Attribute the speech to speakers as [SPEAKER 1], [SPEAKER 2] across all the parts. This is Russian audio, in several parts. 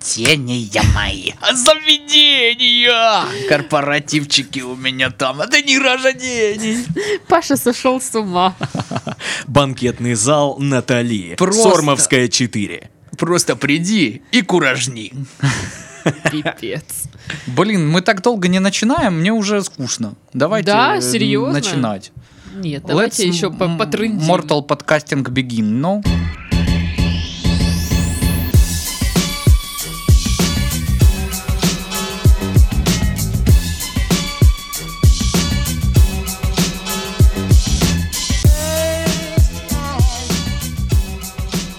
[SPEAKER 1] Заведения мои. Заведения! Корпоративчики у меня там. Это не рождений.
[SPEAKER 2] Паша сошел с ума.
[SPEAKER 3] Банкетный зал Натали.
[SPEAKER 1] Просто.
[SPEAKER 3] Сормовская 4.
[SPEAKER 1] Просто приди и куражни.
[SPEAKER 2] Пипец.
[SPEAKER 1] Блин, мы так долго не начинаем, мне уже скучно. Давайте
[SPEAKER 2] Да?
[SPEAKER 1] э,
[SPEAKER 2] Серьезно?
[SPEAKER 1] начинать.
[SPEAKER 2] Нет, давайте
[SPEAKER 1] Let's
[SPEAKER 2] еще по-
[SPEAKER 1] m-
[SPEAKER 2] потрындим.
[SPEAKER 1] Mortal Podcasting Begin, ну.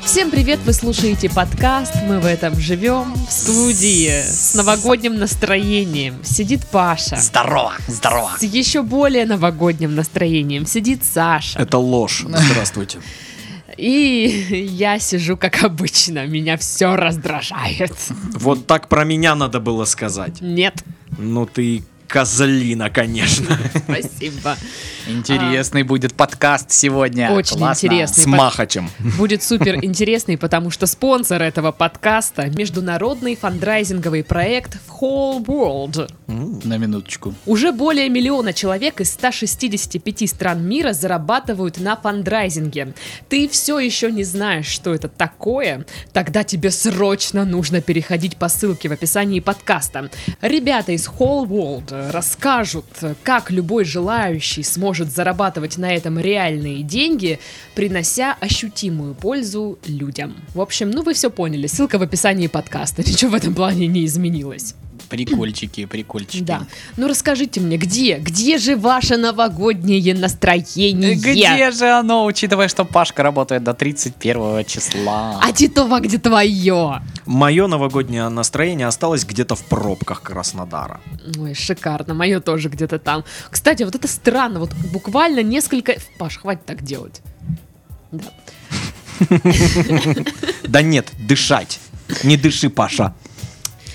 [SPEAKER 2] Всем привет, вы слушаете подкаст «Мы в этом живем» в студии с новогодним настроением. Сидит Паша.
[SPEAKER 1] Здорово, здорово.
[SPEAKER 2] С еще более новогодним настроением сидит Саша.
[SPEAKER 1] Э.
[SPEAKER 3] Это ложь. Здравствуйте.
[SPEAKER 2] И я сижу, как обычно, меня все раздражает.
[SPEAKER 3] Вот так про меня надо было сказать.
[SPEAKER 2] Нет,
[SPEAKER 3] Ну ты козлина, конечно.
[SPEAKER 2] спасибо.
[SPEAKER 1] Интересный будет подкаст сегодня.
[SPEAKER 2] Очень
[SPEAKER 1] Классно.
[SPEAKER 2] интересный.
[SPEAKER 3] С Махачем.
[SPEAKER 2] Будет супер интересный, потому что спонсор этого подкаста – международный фандрайзинговый проект Whole World.
[SPEAKER 1] На минуточку.
[SPEAKER 2] Уже более миллиона человек из 165 стран мира зарабатывают на фандрайзинге. Ты все еще не знаешь, что это такое? Тогда тебе срочно нужно переходить по ссылке в описании подкаста. Ребята из Whole World расскажут, как любой желающий сможет зарабатывать на этом реальные деньги, принося ощутимую пользу людям. В общем, ну вы все поняли. Ссылка в описании подкаста. Ничего в этом плане не изменилось.
[SPEAKER 1] Прикольчики, прикольчики.
[SPEAKER 2] Да. Ну расскажите мне, где? Где же ваше новогоднее настроение?
[SPEAKER 1] Где же оно, учитывая, что Пашка работает до 31 числа?
[SPEAKER 2] А Титова, где твое?
[SPEAKER 3] Мое новогоднее настроение осталось где-то в пробках Краснодара.
[SPEAKER 2] Ой, шикарно, мое тоже где-то там. Кстати, вот это странно, вот буквально несколько... Паш, хватит так делать.
[SPEAKER 3] Да нет, дышать. Не дыши, Паша.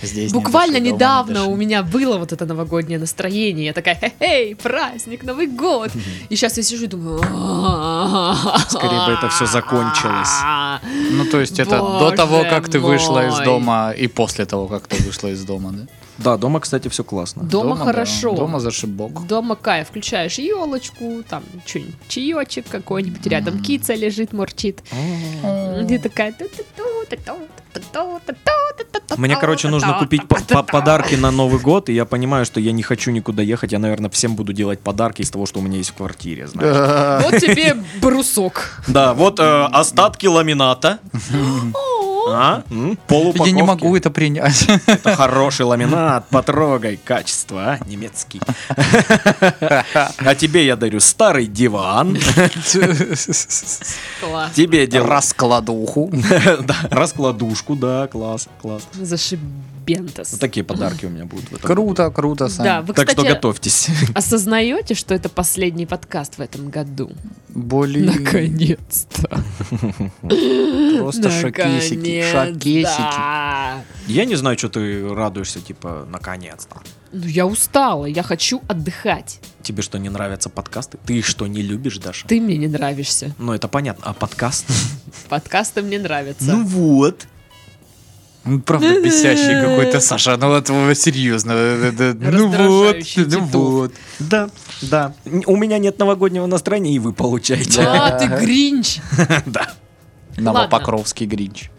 [SPEAKER 1] Здесь
[SPEAKER 2] Буквально
[SPEAKER 1] не дыши, дома не
[SPEAKER 2] недавно у
[SPEAKER 1] дыши.
[SPEAKER 2] меня было вот это новогоднее настроение. Я такая, хе-хей, праздник, Новый год. И сейчас я сижу и думаю... Скорее
[SPEAKER 3] Скорее бы это всё закончилось.
[SPEAKER 1] Ну, то есть это до
[SPEAKER 2] Боже
[SPEAKER 1] того, как ты вышла из
[SPEAKER 2] мой.
[SPEAKER 1] дома и после того, как ты вышла из дома, да?
[SPEAKER 3] Да, дома, кстати, все классно.
[SPEAKER 2] Дома,
[SPEAKER 1] да.
[SPEAKER 2] хорошо.
[SPEAKER 1] Дома зашибок.
[SPEAKER 2] Дома кайф, включаешь елочку, там что-нибудь, чаечек какой-нибудь, рядом кица лежит, мурчит. Ты такая...
[SPEAKER 3] Мне, короче, нужно купить по- по- подарки на Новый год, и я понимаю, что я не хочу никуда ехать. Я, наверное, всем буду делать подарки из того, что у меня есть в квартире, знаешь.
[SPEAKER 2] Вот тебе брусок.
[SPEAKER 3] Да, вот э, остатки ламината. А? М,
[SPEAKER 1] Я не
[SPEAKER 3] полупаковки.
[SPEAKER 1] могу это принять.
[SPEAKER 3] Это хороший ламинат, потрогай качество, а, немецкий. А тебе я дарю старый диван.
[SPEAKER 2] Класс.
[SPEAKER 3] Тебе диван.
[SPEAKER 1] Раскладуху.
[SPEAKER 3] Да, Раскладушку, да, класс, класс.
[SPEAKER 2] Зашибентос.
[SPEAKER 3] Вот такие подарки у меня будут в этом году.
[SPEAKER 1] Круто, круто, Сань.
[SPEAKER 2] Да, вы,
[SPEAKER 3] Так Ну, что
[SPEAKER 2] Ну, кстати,
[SPEAKER 3] готовьтесь.
[SPEAKER 2] осознаете, что это последний подкаст в этом году?
[SPEAKER 1] Блин.
[SPEAKER 2] Наконец-то.
[SPEAKER 1] Просто шокесики. Шокесики.
[SPEAKER 2] Наконец-то.
[SPEAKER 3] Я не знаю, что ты радуешься, типа, наконец-то.
[SPEAKER 2] Ну, я устала, я хочу отдыхать.
[SPEAKER 3] Тебе что, не нравятся подкасты? Ты их что, не любишь, Даша?
[SPEAKER 2] Ты мне не нравишься.
[SPEAKER 3] Ну, это понятно. А подкаст?
[SPEAKER 2] Подкасты мне нравятся.
[SPEAKER 3] Ну вот.
[SPEAKER 1] Ну, Правда, бесящий какой-то, Саша. Ну вот э, серьезно. э, э, э, Ну вот,
[SPEAKER 2] Раздражающий
[SPEAKER 1] ну
[SPEAKER 2] дедов.
[SPEAKER 1] вот.
[SPEAKER 3] Да, да. Н- У меня нет новогоднего настроения, и вы получаете.
[SPEAKER 2] а, ты гринч.
[SPEAKER 3] Да.
[SPEAKER 1] Новопокровский гринч.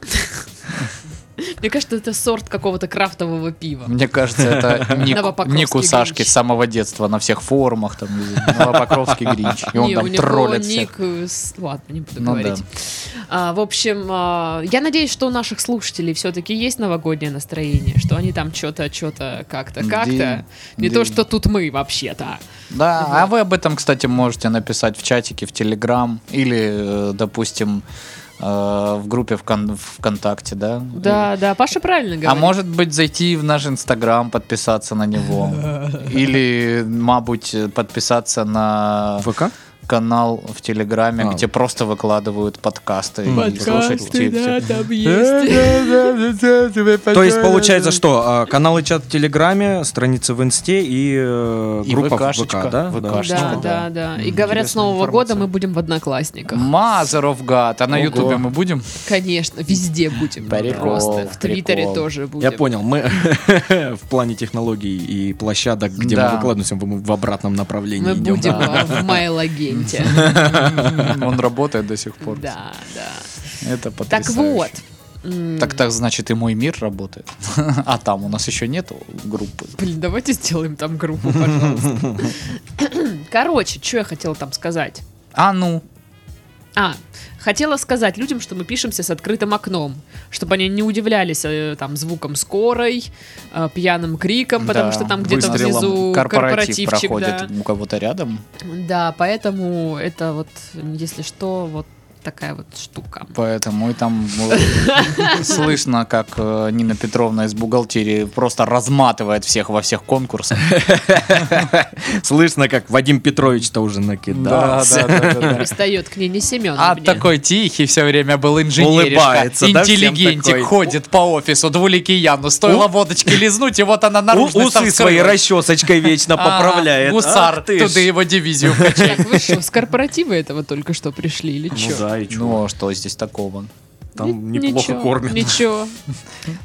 [SPEAKER 2] Мне кажется, это сорт какого-то крафтового пива.
[SPEAKER 1] Мне кажется, это Ник,
[SPEAKER 2] Новопокровский
[SPEAKER 1] Нику Сашки
[SPEAKER 2] Гринч.
[SPEAKER 1] с самого детства на всех форумах, там, везде. Новопокровский Гринч. И он
[SPEAKER 2] Не, у
[SPEAKER 1] там
[SPEAKER 2] него
[SPEAKER 1] троллит всех.
[SPEAKER 2] ник, э, с- Ладно, не буду
[SPEAKER 1] Ну
[SPEAKER 2] говорить. А, в общем, а, я надеюсь, что у наших слушателей все-таки есть новогоднее настроение, что они там что-то, что-то, как-то,
[SPEAKER 1] День-
[SPEAKER 2] как-то. Не
[SPEAKER 1] день.
[SPEAKER 2] то, что тут мы вообще-то.
[SPEAKER 1] Да,
[SPEAKER 2] Вот.
[SPEAKER 1] а вы об этом, кстати, можете написать в чатике, в Телеграм или, э, допустим, э, в группе Вкон- ВКонтакте, да?
[SPEAKER 2] Да, да, Паша правильно говорит.
[SPEAKER 1] А может быть зайти в наш Инстаграм, подписаться э, на него. Или, мабуть, подписаться на
[SPEAKER 3] ВК?
[SPEAKER 1] канал в Телеграме,
[SPEAKER 3] А.
[SPEAKER 1] где просто выкладывают подкасты. и
[SPEAKER 3] Подкасты,
[SPEAKER 1] слушать те- те-
[SPEAKER 2] там есть.
[SPEAKER 3] То есть получается, что э, каналы чат в Телеграме, страницы в Инсте и э,
[SPEAKER 1] И
[SPEAKER 3] группа в
[SPEAKER 1] ВКшечка,
[SPEAKER 3] ВК, да?
[SPEAKER 1] ВКшечка.
[SPEAKER 2] Да,
[SPEAKER 1] Кашечка,
[SPEAKER 2] да, да. И говорят, с
[SPEAKER 1] Интересная
[SPEAKER 2] Нового года
[SPEAKER 1] информация.
[SPEAKER 2] мы будем в Одноклассниках.
[SPEAKER 1] Мазеров гад. А на
[SPEAKER 3] Ого.
[SPEAKER 1] Ютубе мы будем?
[SPEAKER 2] Конечно, везде будем.
[SPEAKER 1] Прикол,
[SPEAKER 2] Просто. В
[SPEAKER 1] прикол.
[SPEAKER 2] Твиттере тоже будем.
[SPEAKER 3] Я понял, мы в плане технологий и площадок, где мы
[SPEAKER 1] Да.
[SPEAKER 3] выкладываемся, мы в обратном направлении
[SPEAKER 2] Мы
[SPEAKER 3] идем.
[SPEAKER 2] будем а, в Майл-агенте.
[SPEAKER 1] Он работает до сих пор.
[SPEAKER 2] Да, да.
[SPEAKER 1] Это
[SPEAKER 2] Так
[SPEAKER 1] потрясающе.
[SPEAKER 2] вот. М,
[SPEAKER 1] Так так значит и мой мир работает. А там у нас еще нету группы.
[SPEAKER 2] Блин, давайте сделаем там группу, пожалуйста. Короче, что я хотела там сказать?
[SPEAKER 1] А ну.
[SPEAKER 2] А, хотела сказать людям, что мы пишемся с открытым окном, чтобы они не удивлялись э, там звуком скорой, э, пьяным криком, потому
[SPEAKER 1] Да,
[SPEAKER 2] что там где-то
[SPEAKER 1] выстрелом.
[SPEAKER 2] внизу
[SPEAKER 1] корпоратив
[SPEAKER 2] корпоративчик,
[SPEAKER 1] проходит у кого-то рядом.
[SPEAKER 2] да. Да, поэтому это вот, если что, вот такая вот штука.
[SPEAKER 1] Поэтому и там э, слышно, как э, Нина Петровна из бухгалтерии просто разматывает всех во всех конкурсах.
[SPEAKER 3] Слышно, как Вадим Петрович-то уже накидался.
[SPEAKER 1] да, да, да.
[SPEAKER 2] Пристает к ней не Семен.
[SPEAKER 1] А такой тихий все время был инженеришка,
[SPEAKER 3] Улыбается, да, всем
[SPEAKER 1] интеллигентик,
[SPEAKER 3] такой?
[SPEAKER 1] ходит по офису, двуликий Яну, стоило
[SPEAKER 3] У-
[SPEAKER 1] водочки лизнуть, и вот она
[SPEAKER 3] У-
[SPEAKER 1] наружность там
[SPEAKER 3] Усы свои
[SPEAKER 1] вскрылась.
[SPEAKER 3] расчесочкой вечно
[SPEAKER 1] Ага,
[SPEAKER 3] поправляет.
[SPEAKER 1] Гусар,
[SPEAKER 3] Ах ты ж.
[SPEAKER 1] туда его дивизию
[SPEAKER 2] Так, вы что, с корпоратива этого только что пришли или
[SPEAKER 3] Ну
[SPEAKER 2] что?
[SPEAKER 3] да, и чё?
[SPEAKER 1] Ну а что здесь такого?
[SPEAKER 3] Там неплохо кормят.
[SPEAKER 2] Ничего.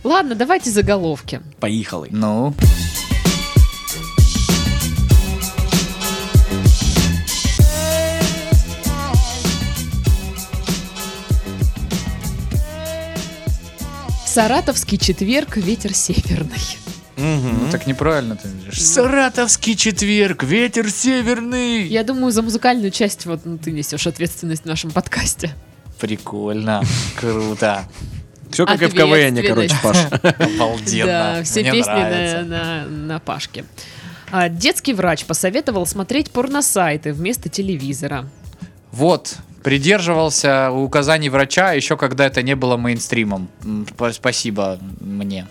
[SPEAKER 2] Ладно, давайте заголовки.
[SPEAKER 3] Поехали.
[SPEAKER 1] Ну,
[SPEAKER 2] Саратовский четверг, ветер северный.
[SPEAKER 1] ну, так неправильно ты говоришь. Саратовский четверг, ветер северный.
[SPEAKER 2] Я думаю, за музыкальную часть вот ну, ты несешь ответственность в нашем подкасте.
[SPEAKER 1] Прикольно, круто,
[SPEAKER 3] Все как и в КВН, короче,
[SPEAKER 2] Ответственность.
[SPEAKER 3] Паш.
[SPEAKER 1] обалденно.
[SPEAKER 2] Да, все
[SPEAKER 1] Мне
[SPEAKER 2] песни на,
[SPEAKER 1] нравится.
[SPEAKER 2] на, на Пашке. А, детский врач посоветовал смотреть порносайты вместо телевизора.
[SPEAKER 1] Вот, придерживался указаний врача, еще когда это не было мейнстримом. М, п- Спасибо мне.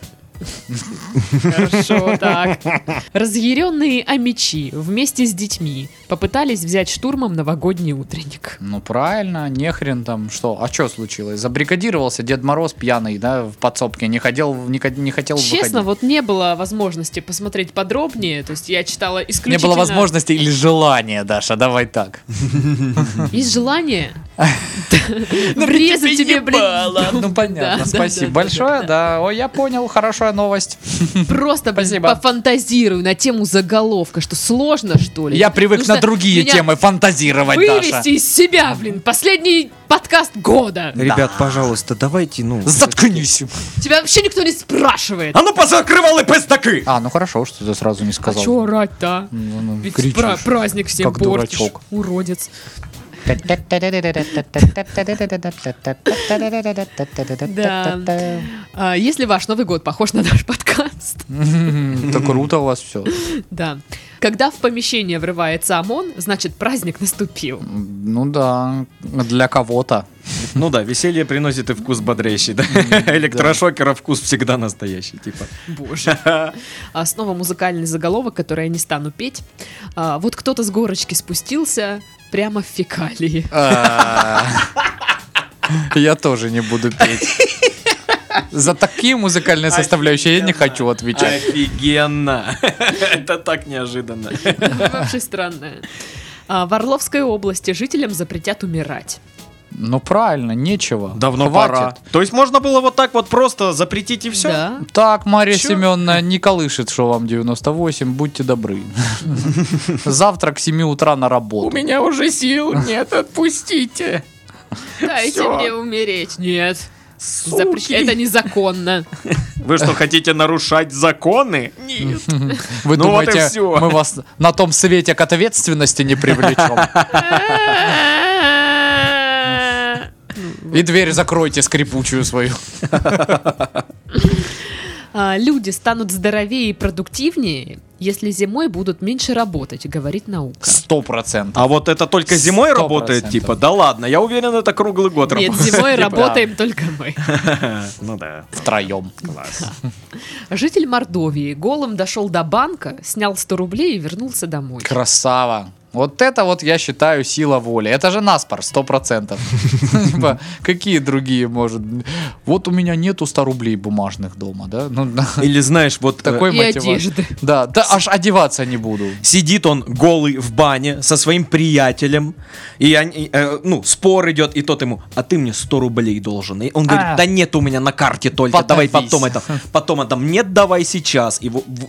[SPEAKER 2] Хорошо, так. Разъяренные амичи вместе с детьми попытались взять штурмом новогодний утренник.
[SPEAKER 1] Ну правильно, не хрен там что. А что случилось? Забригадировался Дед Мороз пьяный, да, в подсобке. Не хотел, не, ко- не хотел
[SPEAKER 2] Честно,
[SPEAKER 1] выходить.
[SPEAKER 2] вот не было возможности посмотреть подробнее, то есть я читала исключительно...
[SPEAKER 1] Не было возможности или желания, Даша, давай так.
[SPEAKER 2] Есть желание врезать Ну, тебе, блин,
[SPEAKER 1] Ну понятно,
[SPEAKER 2] Да, да,
[SPEAKER 1] спасибо
[SPEAKER 2] да,
[SPEAKER 1] большое, да. Ой, я понял, хорошая новость.
[SPEAKER 2] Просто, блин,
[SPEAKER 1] Спасибо.
[SPEAKER 2] пофантазирую на тему заголовка, что сложно, что ли?
[SPEAKER 1] Я привык
[SPEAKER 2] Нужно
[SPEAKER 1] на другие
[SPEAKER 2] ну, меня
[SPEAKER 1] темы фантазировать, Даша.
[SPEAKER 2] Вывести из себя, блин, последний подкаст года.
[SPEAKER 3] Ребят, пожалуйста, давайте, ну...
[SPEAKER 1] Заткнись.
[SPEAKER 2] Тебя вообще никто не спрашивает.
[SPEAKER 3] А ну позакрывал и пиздаки!
[SPEAKER 1] А, ну хорошо, что ты сразу не
[SPEAKER 2] А
[SPEAKER 1] сказал.
[SPEAKER 2] чё орать-то? а?
[SPEAKER 1] Ну, ну,
[SPEAKER 2] Ведь
[SPEAKER 1] кричишь.
[SPEAKER 2] пра- праздник всем
[SPEAKER 1] как
[SPEAKER 2] портишь,
[SPEAKER 1] дурачок.
[SPEAKER 2] уродец.
[SPEAKER 4] Да.
[SPEAKER 2] А, если ваш Новый год похож на наш подкаст,
[SPEAKER 1] Это круто у вас все.
[SPEAKER 2] да. Когда в помещение врывается ОМОН, значит праздник наступил.
[SPEAKER 1] Ну да, для кого-то.
[SPEAKER 3] Ну да, веселье приносит и вкус бодрящий, да? Электрошокера вкус всегда настоящий, типа.
[SPEAKER 2] Боже. А снова музыкальный заголовок, который я не стану петь. А, вот кто-то с горочки спустился прямо в фекалии.
[SPEAKER 1] Я А. тоже не буду петь. За такие музыкальные составляющие я не хочу отвечать.
[SPEAKER 3] Офигенно! Это так неожиданно.
[SPEAKER 2] Вы Вообще странное. А, В Орловской области жителям запретят умирать.
[SPEAKER 1] Ну правильно, нечего.
[SPEAKER 3] Давно пора.
[SPEAKER 1] Хватит.
[SPEAKER 3] То есть можно было вот так вот просто запретить и все?
[SPEAKER 2] Да.
[SPEAKER 1] Так, Мария
[SPEAKER 3] Чё?
[SPEAKER 1] Семеновна, не колышет, что вам 98, будьте добры. Завтра к 7 утра на работу.
[SPEAKER 3] меня уже сил нет, отпустите.
[SPEAKER 2] Дайте
[SPEAKER 3] Всё.
[SPEAKER 2] мне умереть. Нет. Запрещ- Это незаконно.
[SPEAKER 3] Вы что, хотите нарушать законы? Нет.
[SPEAKER 1] Вы
[SPEAKER 3] Ну вот и
[SPEAKER 1] думаете,
[SPEAKER 3] всё.
[SPEAKER 1] мы вас на том свете к ответственности не привлечем? И дверь закройте скрипучую свою.
[SPEAKER 2] А, Люди станут здоровее и продуктивнее, если зимой будут меньше работать, говорит наука.
[SPEAKER 1] Сто процентов.
[SPEAKER 3] А вот это только зимой
[SPEAKER 1] Сто
[SPEAKER 3] работает,
[SPEAKER 1] процентов.
[SPEAKER 3] типа? Да ладно, я уверен, это круглый год
[SPEAKER 2] Нет,
[SPEAKER 3] работает.
[SPEAKER 2] зимой работаем только мы.
[SPEAKER 3] Ну да.
[SPEAKER 1] Втроем.
[SPEAKER 2] Житель Мордовии голым дошел до банка, снял 100 рублей и вернулся домой.
[SPEAKER 1] Красава. Вот это вот я считаю сила воли. Это же наспор, сто процентов. Типа, Какие другие, может? Вот у меня нету 100 рублей бумажных дома, да? Ну, да,
[SPEAKER 3] Или знаешь, вот э, такой
[SPEAKER 1] Такой
[SPEAKER 2] И
[SPEAKER 1] мотивация.
[SPEAKER 2] одежды.
[SPEAKER 1] Да, да аж одеваться не буду.
[SPEAKER 3] сидит он голый в бане со своим приятелем, и они, э, ну, спор идет, и тот ему, а ты мне 100 рублей должен. И он говорит,
[SPEAKER 1] А.
[SPEAKER 3] да нет у меня на карте только, давай
[SPEAKER 1] Подавись.
[SPEAKER 3] потом это, потом это, нет, давай сейчас. И, во- в-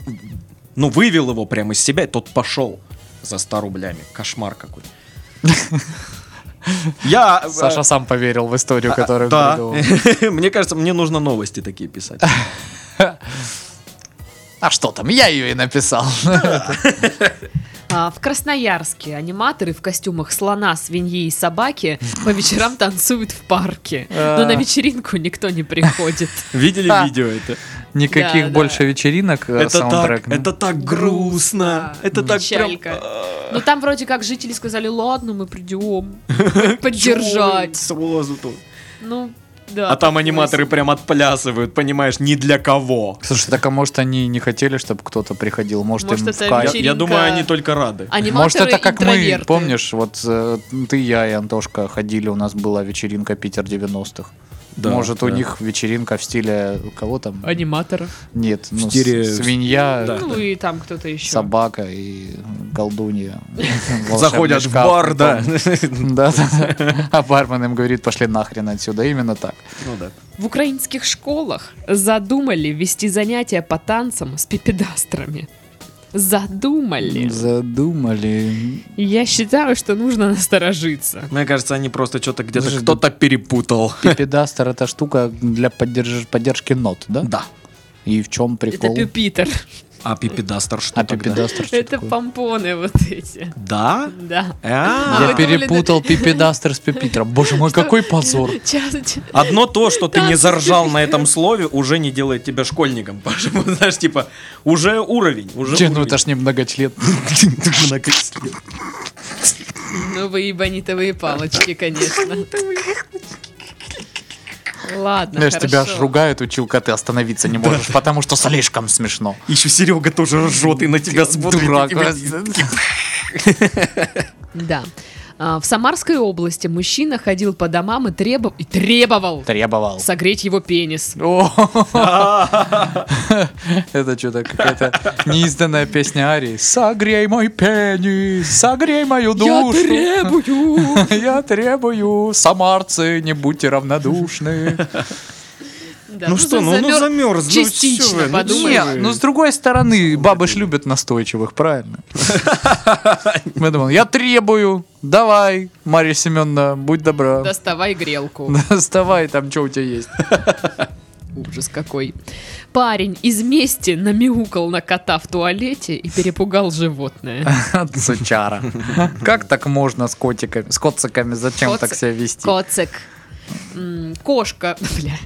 [SPEAKER 3] ну, вывел его прямо из себя, и тот пошел за 100 рублями. Кошмар какой. Я... э,
[SPEAKER 1] Саша сам поверил в историю, которую
[SPEAKER 3] да.
[SPEAKER 1] придумал.
[SPEAKER 3] Мне кажется, мне нужно новости такие писать.
[SPEAKER 1] А что там? Я ее и написал.
[SPEAKER 2] А, В Красноярске аниматоры в костюмах слона, свиньи и собаки по вечерам танцуют в парке.
[SPEAKER 1] А.
[SPEAKER 2] Но на вечеринку никто не приходит.
[SPEAKER 3] Видели
[SPEAKER 1] Да.
[SPEAKER 3] видео это?
[SPEAKER 1] Никаких
[SPEAKER 2] Да, да.
[SPEAKER 1] больше вечеринок, э,
[SPEAKER 3] Это
[SPEAKER 1] саундтрек.
[SPEAKER 3] так, это так грустно.
[SPEAKER 2] Грустно.
[SPEAKER 3] Это так прям... а,
[SPEAKER 2] Печалька. Но там вроде как жители сказали, ладно, мы придем поддержать.
[SPEAKER 3] Сразу тут.
[SPEAKER 2] Ну, да.
[SPEAKER 3] А там
[SPEAKER 2] такое
[SPEAKER 3] аниматоры
[SPEAKER 2] себе.
[SPEAKER 3] прям отплясывают, понимаешь, ни для кого.
[SPEAKER 1] Слушай, так а может они не хотели, чтобы кто-то приходил? Может,
[SPEAKER 2] Может,
[SPEAKER 1] им
[SPEAKER 2] это
[SPEAKER 1] в кайф?
[SPEAKER 3] А Я, я
[SPEAKER 2] Вечеринка.
[SPEAKER 3] думаю, они только рады.
[SPEAKER 1] Может,
[SPEAKER 2] Аниматоры
[SPEAKER 1] это как мы,
[SPEAKER 2] интроверты.
[SPEAKER 1] помнишь, вот э, ты, я и Антошка ходили, у нас была вечеринка Питер 90-х.
[SPEAKER 3] Да,
[SPEAKER 1] Может, у
[SPEAKER 3] да.
[SPEAKER 1] них вечеринка в стиле кого там?
[SPEAKER 2] Аниматоров.
[SPEAKER 1] Нет, ну, с-
[SPEAKER 3] стиле-
[SPEAKER 1] свинья,
[SPEAKER 3] Да.
[SPEAKER 2] Ну и там кто-то еще.
[SPEAKER 1] собака и колдунья. Волшебный
[SPEAKER 3] Заходят в
[SPEAKER 1] шкаф,
[SPEAKER 3] бар, да.
[SPEAKER 1] потом- Да, да, да. А бармен им говорит, пошли нахрен отсюда. Именно так.
[SPEAKER 3] Ну да.
[SPEAKER 2] В украинских школах задумали вести занятия по танцам с пипедастрами. Задумали.
[SPEAKER 1] Задумали.
[SPEAKER 2] Я считаю, что нужно насторожиться.
[SPEAKER 3] Мне кажется, они просто что-то где-то
[SPEAKER 1] Подожди,
[SPEAKER 3] кто-то перепутал.
[SPEAKER 1] Пипедастер это штука для поддерж- поддержки нот, да?
[SPEAKER 3] Да.
[SPEAKER 1] И в чем прикол?
[SPEAKER 2] Это пюпитер.
[SPEAKER 3] А пипедастер что
[SPEAKER 1] А
[SPEAKER 3] тогда?
[SPEAKER 1] пипедастер что
[SPEAKER 2] Это
[SPEAKER 1] такое?
[SPEAKER 2] помпоны вот эти.
[SPEAKER 3] Да?
[SPEAKER 2] Да.
[SPEAKER 3] А,
[SPEAKER 2] А
[SPEAKER 1] Я
[SPEAKER 2] вы думали,
[SPEAKER 1] перепутал пипедастер с пипитером. Боже мой, какой позор.
[SPEAKER 2] Час-
[SPEAKER 3] Одно то, что ты
[SPEAKER 2] Да.
[SPEAKER 3] не заржал на этом слове, уже не делает тебя школьником. Потому знаешь, типа, уже уровень. Уже
[SPEAKER 1] Че, ну
[SPEAKER 3] уровень.
[SPEAKER 1] это ж не многочлен.
[SPEAKER 2] Ну вы ебанитовые палочки, конечно.
[SPEAKER 3] Ну,
[SPEAKER 2] Ладно,
[SPEAKER 1] Знаешь, тебя аж
[SPEAKER 2] Ну, хорошо.
[SPEAKER 1] ругают училка, ты остановиться не можешь, потому что слишком смешно.
[SPEAKER 3] Еще Серега тоже ржет и на тебя смотрит. и
[SPEAKER 1] Дурак.
[SPEAKER 3] тебе-
[SPEAKER 2] Да. А, В Самарской области мужчина ходил по домам и требовал, и требовал
[SPEAKER 1] Требовал.
[SPEAKER 2] согреть его пенис.
[SPEAKER 1] Это что-то какая-то неизданная песня Арии. Согрей мой пенис, согрей мою
[SPEAKER 3] Ну
[SPEAKER 2] Я
[SPEAKER 1] душу.
[SPEAKER 2] требую!
[SPEAKER 1] Я требую, самарцы, не будьте равнодушны.
[SPEAKER 2] Да,
[SPEAKER 3] Ну что, ну, ну, замерз, ну, всё,
[SPEAKER 2] Частично,
[SPEAKER 3] ну,
[SPEAKER 2] подумай.
[SPEAKER 1] Не, ну с другой стороны, бабы ж любят настойчивых, правильно? Я думал, я требую, давай, Мария Семеновна, будь добра.
[SPEAKER 2] Доставай грелку.
[SPEAKER 1] Доставай там, что у тебя есть.
[SPEAKER 2] Ужас какой. Парень из мести намяукал на кота в туалете и перепугал животное.
[SPEAKER 1] Сучара. Как так можно с котиками, с коциками, зачем
[SPEAKER 2] Коцик.
[SPEAKER 1] так себя вести?
[SPEAKER 2] Коцик. М, Кошка, бля.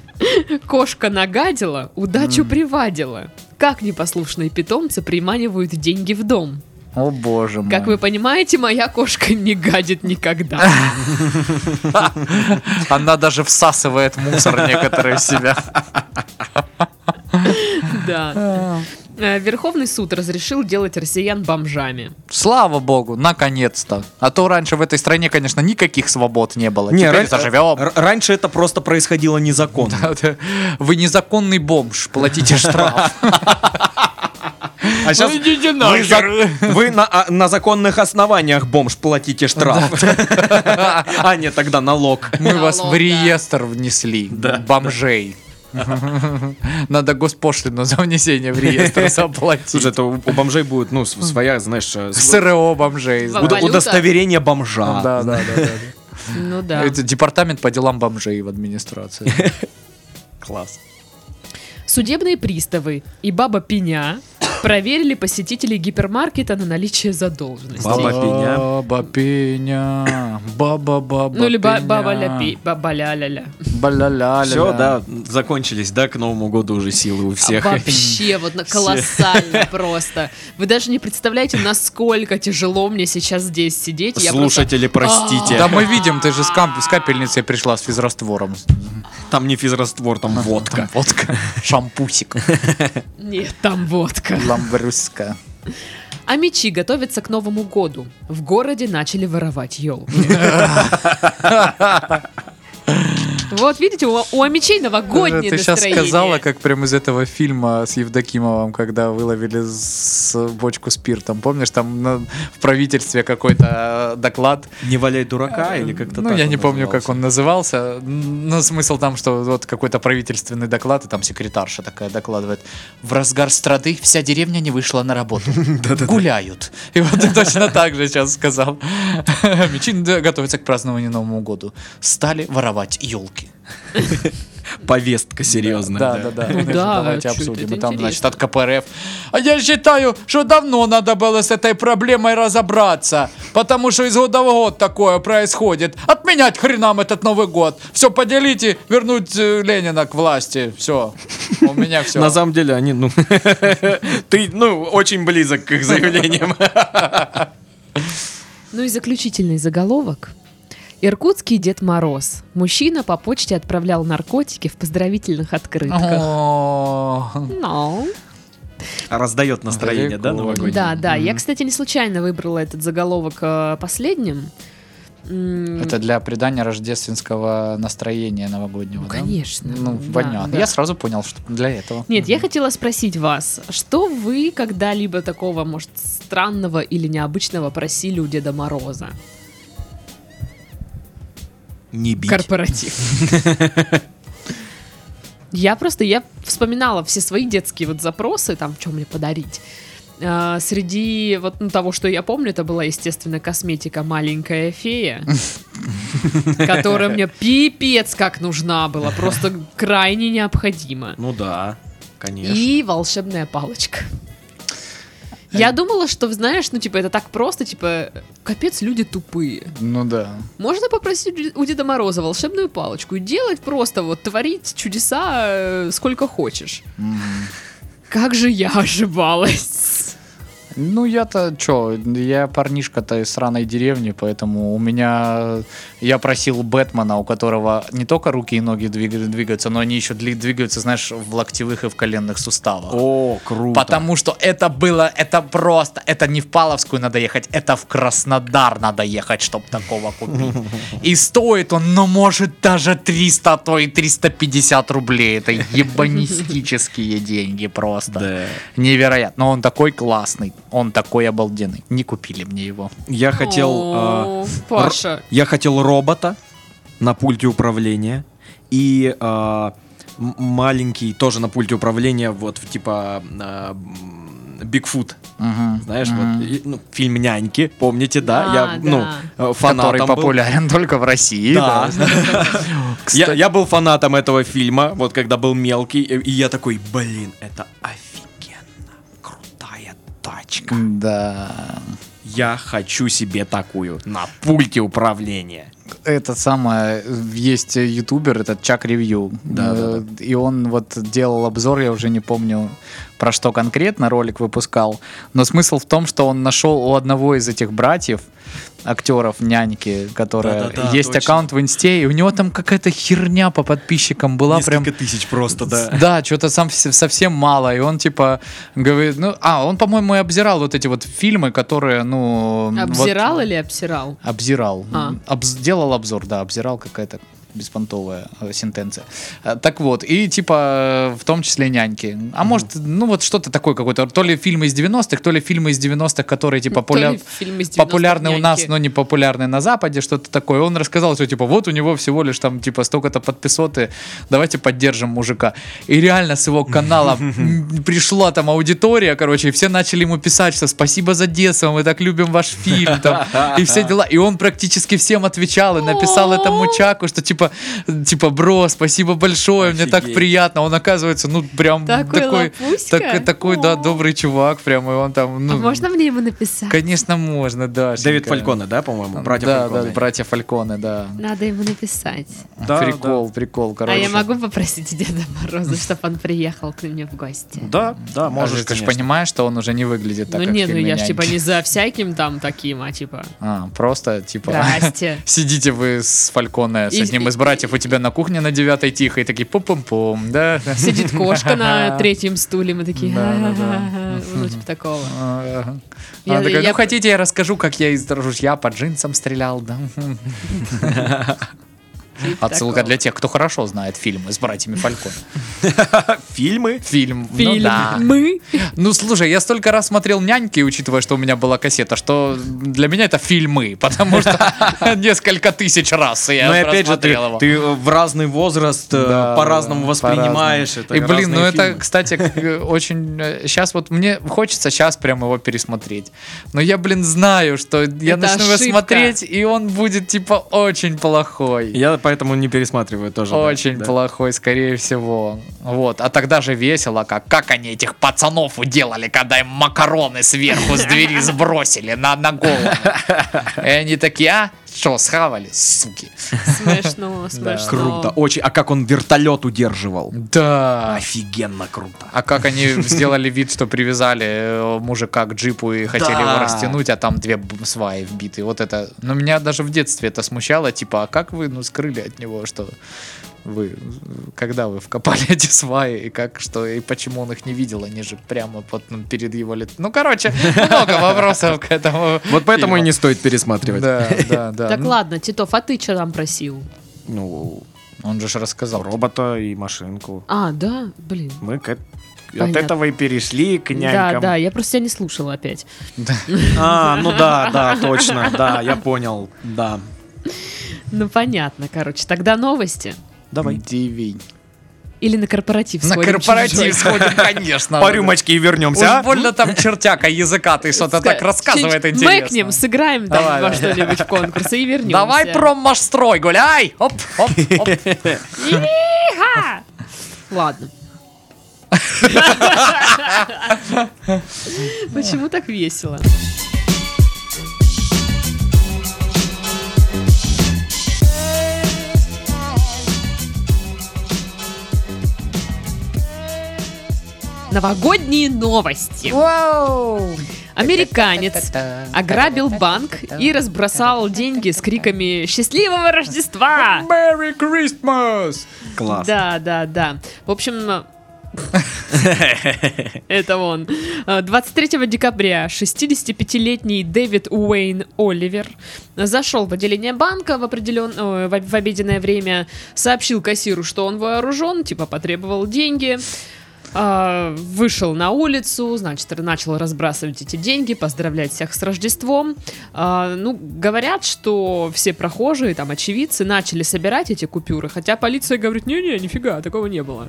[SPEAKER 2] Кошка нагадила, удачу привадила. Как непослушные питомцы приманивают деньги в дом?
[SPEAKER 1] О боже мой.
[SPEAKER 2] Как вы понимаете, моя кошка не гадит никогда.
[SPEAKER 1] Она даже всасывает мусор некоторые в себя.
[SPEAKER 2] Да.
[SPEAKER 3] А.
[SPEAKER 2] Э, Верховный суд разрешил делать россиян бомжами.
[SPEAKER 1] Слава богу, наконец-то. А то раньше в этой стране, конечно, никаких свобод не было.
[SPEAKER 3] Не,
[SPEAKER 1] Теперь
[SPEAKER 3] ран-
[SPEAKER 1] заживем.
[SPEAKER 3] р- раньше это просто происходило незаконно.
[SPEAKER 1] Вы незаконный бомж, платите штраф.
[SPEAKER 3] А сейчас
[SPEAKER 1] Ну,
[SPEAKER 3] вы, за- вы на, а, на законных основаниях бомж платите штраф. А нет, тогда налог.
[SPEAKER 1] Мы вас в
[SPEAKER 2] Налог, да.
[SPEAKER 1] реестр внесли, бомжей. Надо госпошлину за внесение в реестр
[SPEAKER 3] Слушай,
[SPEAKER 1] заплатить.
[SPEAKER 3] это у, у бомжей будет, ну, с- своя, знаешь, э, с-
[SPEAKER 1] СРО бомжей.
[SPEAKER 2] Вам-
[SPEAKER 3] уд-
[SPEAKER 2] Валюта.
[SPEAKER 3] удостоверение бомжа.
[SPEAKER 1] Да, да, да, да.
[SPEAKER 2] Ну да.
[SPEAKER 1] Это департамент по делам бомжей в администрации.
[SPEAKER 3] Класс.
[SPEAKER 2] Судебные приставы и баба Пеня проверили посетителей гипермаркета на наличие задолженности.
[SPEAKER 3] Баба Пеня.
[SPEAKER 1] Баба Пеня. Баба баба
[SPEAKER 2] Ну, или ба-
[SPEAKER 1] Пеня.
[SPEAKER 2] баба ля пи- баба ля-ля-ля.
[SPEAKER 1] Ба-ля-ля-ля-ля.
[SPEAKER 3] Все, да, закончились, да, к Новому году уже силы у всех.
[SPEAKER 2] А Вообще, вот на- колоссально просто. Вы даже не представляете, насколько тяжело мне сейчас здесь сидеть. Я просто-
[SPEAKER 3] Слушатели, простите.
[SPEAKER 1] А! Да мы видим, ты же с, кам- с капельницей пришла с физраствором.
[SPEAKER 3] Там не физраствор, там водка.
[SPEAKER 1] Водка. Шампусик.
[SPEAKER 2] Нет, там водка.
[SPEAKER 1] Ламбрюска.
[SPEAKER 2] А мечи готовятся к Новому году. В городе начали воровать елку. Вот видите, у, у мечей новогоднее
[SPEAKER 1] Ты сейчас
[SPEAKER 2] настроение.
[SPEAKER 1] сказала, как прям из этого фильма с Евдокимовым, когда выловили с бочку спиртом. Помнишь, там на- в правительстве какой-то э, доклад.
[SPEAKER 3] Не валяй дурака А, или как-то
[SPEAKER 1] ну,
[SPEAKER 3] так
[SPEAKER 1] я
[SPEAKER 3] он
[SPEAKER 1] не помню,
[SPEAKER 3] назывался.
[SPEAKER 1] как он назывался. Но смысл там, что вот какой-то правительственный доклад, и там секретарша такая докладывает. В разгар страды вся деревня не вышла на работу. Гуляют. И вот ты точно так же сейчас сказал. Мечин да, готовится к празднованию Новому году. Стали воровать елки.
[SPEAKER 3] Повестка серьезная.
[SPEAKER 1] Да, да, да.
[SPEAKER 2] Ну да,
[SPEAKER 1] Давайте
[SPEAKER 2] чё это,
[SPEAKER 1] обсудим.
[SPEAKER 2] это
[SPEAKER 1] И там, значит,
[SPEAKER 2] интересно.
[SPEAKER 1] от КПРФ. А я считаю, что давно надо было с этой проблемой разобраться, потому что из года в год такое происходит. Отменять хренам этот Новый год. Все поделите, вернуть э, Ленина к власти. Все. У меня все.
[SPEAKER 3] На самом деле они, ну, ты, ну, очень близок к их заявлениям.
[SPEAKER 2] Ну и заключительный заголовок. Иркутский Дед Мороз. Мужчина по почте отправлял наркотики в поздравительных открытках. Ну.
[SPEAKER 3] Раздает настроение, да,
[SPEAKER 1] Далеко.
[SPEAKER 3] новогоднее?
[SPEAKER 2] Да, да. Я, кстати, не случайно выбрала этот заголовок э, последним. М,
[SPEAKER 1] для придания рождественского настроения новогоднего.
[SPEAKER 2] Ну, конечно. Да, да.
[SPEAKER 1] сразу понял, что для этого.
[SPEAKER 2] Нет, я хотела спросить вас, что вы когда-либо такого, может, странного или необычного просили у Деда Мороза?
[SPEAKER 3] Не бить.
[SPEAKER 2] Корпоратив. Я просто, я вспоминала все свои детские вот запросы, там, что мне подарить. А, Среди вот ну, того, что я помню, это была, естественно, косметика «Маленькая фея», которая мне пипец как нужна была, просто крайне необходима.
[SPEAKER 3] Ну да, конечно.
[SPEAKER 2] И волшебная палочка. Я думала, что, знаешь, ну, типа, это так просто, типа, капец, люди тупые.
[SPEAKER 1] Ну да.
[SPEAKER 2] Можно попросить у Дед- у Деда Мороза волшебную палочку и делать просто вот творить чудеса э, сколько хочешь. Как же я ошибалась.
[SPEAKER 1] Ну, я-то чё, я парнишка-то из сраной деревни, поэтому у меня... Я просил Бэтмена, у которого не только руки и ноги двиг- двигаются, но они еще дли- двигаются, знаешь, в локтевых и в коленных суставах.
[SPEAKER 3] О, круто.
[SPEAKER 1] Потому что это было, это просто, это не в Паловскую надо ехать, это в Краснодар надо ехать, чтобы такого купить. И стоит он, ну, может, даже 300, а то и 350 рублей. Это ебанистические деньги просто.
[SPEAKER 3] Да.
[SPEAKER 1] Невероятно. Он такой классный. Он такой обалденный. Не купили мне его.
[SPEAKER 3] Я хотел... а,
[SPEAKER 2] О, Паша.
[SPEAKER 3] Я хотел робота на пульте управления и а, м- маленький тоже на пульте управления, вот в типа а, м, Бигфут,
[SPEAKER 1] Мгм.
[SPEAKER 3] знаешь,
[SPEAKER 1] Мгм.
[SPEAKER 3] вот и, ну, фильм "Няньки", помните, да?
[SPEAKER 2] Да,
[SPEAKER 3] я
[SPEAKER 2] да.
[SPEAKER 3] ну э,
[SPEAKER 1] Который
[SPEAKER 3] фанатом был.
[SPEAKER 1] популярен только в России.
[SPEAKER 3] Да.
[SPEAKER 1] да.
[SPEAKER 3] Я, я был фанатом этого фильма, вот когда был мелкий, э, и, и я такой, блин, это офигенно крутая тачка.
[SPEAKER 1] Да.
[SPEAKER 3] Я хочу себе такую на пульте управления.
[SPEAKER 1] это самое, есть ютубер, этот Чак Ревью.
[SPEAKER 3] Да, да,
[SPEAKER 1] И он вот делал обзор, я уже не помню, про что конкретно ролик выпускал. Но смысл в том, что он нашел у одного из этих братьев, актеров, няньки, которая
[SPEAKER 3] Да-да-да,
[SPEAKER 1] есть
[SPEAKER 3] точно.
[SPEAKER 1] аккаунт в инсте, и у него там какая-то херня по подписчикам была прям...
[SPEAKER 3] Несколько тысяч просто, Типа, да.
[SPEAKER 1] что-то сам с- совсем мало. И он типа говорит, ну, а, он, по-моему, и обзирал вот эти вот фильмы, которые, ну... вот-
[SPEAKER 2] Обзирал или обсирал?
[SPEAKER 1] Обзирал.
[SPEAKER 2] А.
[SPEAKER 1] Обз- делал обзор, да, обзирал какая-то беспонтовая э, сентенция. Э, Так вот, и типа э, в том числе няньки. А может, ну вот что-то такое какое-то, то ли фильмы из 90-х, то ли фильмы из 90-х, которые типа
[SPEAKER 2] То
[SPEAKER 1] поля-
[SPEAKER 2] ли фильм из 90-х
[SPEAKER 1] популярны у нас, ну,
[SPEAKER 2] «Няньки».
[SPEAKER 1] но не популярны на Западе, что-то такое. Он рассказал, что типа вот у него всего лишь там типа столько-то подписоты, давайте поддержим мужика. И реально с его канала м, пришла там аудитория, короче, и все начали ему писать, что спасибо за детство, мы так любим ваш фильм, там, и все дела. И он практически всем отвечал и написал этому Чаку, что типа, типа, бро, спасибо большое, мне так
[SPEAKER 3] Офигеть.
[SPEAKER 1] приятно. Он оказывается, ну, прям
[SPEAKER 2] Такой
[SPEAKER 1] такой,
[SPEAKER 2] лапуська.
[SPEAKER 1] так- э, такой, да,
[SPEAKER 2] О.
[SPEAKER 1] добрый чувак, прям, и он там,
[SPEAKER 2] А
[SPEAKER 1] ну,
[SPEAKER 2] можно мне ему написать?
[SPEAKER 1] Конечно, можно, да.
[SPEAKER 3] Дэвид Фальконе, да, по-моему? Братья
[SPEAKER 1] да,
[SPEAKER 3] Фальконе.
[SPEAKER 1] да, братья Фальконе, да.
[SPEAKER 2] Надо ему написать.
[SPEAKER 3] Да,
[SPEAKER 1] прикол, прикол, короче.
[SPEAKER 2] А я могу попросить Деда Мороза, чтобы он приехал к мне в гости?
[SPEAKER 3] Да, да,
[SPEAKER 1] Можешь,
[SPEAKER 3] можешь,
[SPEAKER 1] ты же
[SPEAKER 3] конечно.
[SPEAKER 5] типа,
[SPEAKER 1] понимаешь, что он уже не выглядит так,
[SPEAKER 2] ну
[SPEAKER 1] как
[SPEAKER 2] нет,
[SPEAKER 1] в
[SPEAKER 2] ну
[SPEAKER 1] фильме
[SPEAKER 2] я ж
[SPEAKER 1] «Няньки».
[SPEAKER 2] типа не за всяким там таким, а типа...
[SPEAKER 1] А, просто, типа...
[SPEAKER 2] Здрасте.
[SPEAKER 1] Сидите вы с Фальконе, с
[SPEAKER 2] И-
[SPEAKER 1] одним
[SPEAKER 2] и-
[SPEAKER 5] из братьев у тебя на кухне на девятой тихо, и такие пум-пум-пум, да?
[SPEAKER 2] Сидит кошка на третьем стуле, мы такие,
[SPEAKER 5] Да, да, да.
[SPEAKER 2] «Ха-ха-ха». ну типа такого.
[SPEAKER 5] Ага.
[SPEAKER 2] Я-
[SPEAKER 5] Она такая,
[SPEAKER 2] я-
[SPEAKER 5] ну хотите, я расскажу, как я из ружья по джинсам стрелял, да?
[SPEAKER 2] Типа
[SPEAKER 5] Отсылка
[SPEAKER 2] такого.
[SPEAKER 5] для тех, кто хорошо знает фильмы с братьями Фалькон.
[SPEAKER 3] Фильмы?
[SPEAKER 5] Фильм. ну
[SPEAKER 2] Фильм.
[SPEAKER 5] да.
[SPEAKER 2] Мы.
[SPEAKER 5] Ну слушай, я столько раз смотрел «Няньки», учитывая, что у меня была кассета, что для меня это фильмы, потому что несколько тысяч раз я
[SPEAKER 3] Ну и опять же, ты,
[SPEAKER 5] просмотрел его.
[SPEAKER 3] ты в разный возраст э,
[SPEAKER 5] Да,
[SPEAKER 3] по-разному
[SPEAKER 5] да,
[SPEAKER 3] воспринимаешь
[SPEAKER 5] по-разному.
[SPEAKER 3] это.
[SPEAKER 5] И
[SPEAKER 3] разные
[SPEAKER 5] блин, ну это,
[SPEAKER 3] фильмы.
[SPEAKER 5] кстати, к- очень сейчас вот мне хочется сейчас прям его пересмотреть. Но я, блин, знаю, что я
[SPEAKER 2] Это
[SPEAKER 5] начну его
[SPEAKER 2] ошибка.
[SPEAKER 5] смотреть, и он будет типа очень плохой.
[SPEAKER 3] Я поэтому не пересматриваю тоже. Ну да,
[SPEAKER 5] Очень
[SPEAKER 3] да.
[SPEAKER 5] плохой, скорее всего. Вот. А тогда же весело, как, как они этих пацанов уделали, когда им макароны сверху с двери сбросили на, на голову. И они такие, а? Что, схавали, суки?
[SPEAKER 2] Смешно, смешно.
[SPEAKER 3] Круто, очень. А как он вертолет удерживал?
[SPEAKER 5] Да.
[SPEAKER 3] Офигенно круто.
[SPEAKER 5] А как они сделали вид, что привязали э, мужика к джипу и хотели
[SPEAKER 3] Да.
[SPEAKER 5] его растянуть, а там две б- сваи вбиты. Вот это. Но меня даже в детстве это смущало. Типа, а как вы, ну, скрыли от него, что вы, э, когда вы вкопали эти сваи, и как, что, и почему он их не видел, они же прямо вот ну, перед его лицом. Ну, короче, много вопросов к этому.
[SPEAKER 3] Вот поэтому и
[SPEAKER 5] фильму.
[SPEAKER 3] не стоит пересматривать.
[SPEAKER 5] Да, да, да.
[SPEAKER 2] Так
[SPEAKER 5] Ну,
[SPEAKER 2] ладно, Титов, а ты что там просил?
[SPEAKER 3] Ну,
[SPEAKER 5] Он же ж рассказал.
[SPEAKER 1] робота и машинку.
[SPEAKER 2] А, да, блин.
[SPEAKER 1] Мы к- от
[SPEAKER 2] Понятно.
[SPEAKER 1] этого и перешли к
[SPEAKER 2] Да,
[SPEAKER 1] нянькам.
[SPEAKER 2] да, я просто тебя не слушала опять.
[SPEAKER 3] А, ну да, да, точно, да, я понял, да.
[SPEAKER 2] Ну понятно, короче. Тогда новости.
[SPEAKER 3] Давай.
[SPEAKER 5] Диви.
[SPEAKER 2] Или на корпоратив
[SPEAKER 5] На
[SPEAKER 2] сходим чужой.
[SPEAKER 5] корпоратив сходим, конечно.
[SPEAKER 3] По рюмочке и вернемся.
[SPEAKER 5] Уж
[SPEAKER 3] а?
[SPEAKER 5] больно там чертяка языка, ты что-то так
[SPEAKER 2] Ска-
[SPEAKER 5] рассказывает
[SPEAKER 2] чуть-чуть
[SPEAKER 5] интересно.
[SPEAKER 2] Мэкнем, сыграем там
[SPEAKER 5] Давай,
[SPEAKER 2] во
[SPEAKER 5] давай.
[SPEAKER 2] что-нибудь в конкурсы и вернемся.
[SPEAKER 5] Давай проммашстрой гуляй! Оп, оп, оп.
[SPEAKER 2] Иха! Ладно. Почему так весело? Новогодние новости. Американец ограбил банк и разбросал деньги с криками «Счастливого Рождества!»
[SPEAKER 5] Merry Christmas!
[SPEAKER 3] Класс.
[SPEAKER 2] Да, да, да. В общем, это он. Э, 23 декабря 65-летний Дэвид Уэйн Оливер зашел в отделение банка в, определен... э, в в обеденное время, сообщил кассиру, что он вооружен, типа потребовал деньги. А, Вышел на улицу, значит, начал разбрасывать эти деньги, поздравлять всех с Рождеством. А, Ну, говорят, что все прохожие, там, очевидцы, начали собирать эти купюры, хотя полиция говорит, не-не, нифига, такого не было.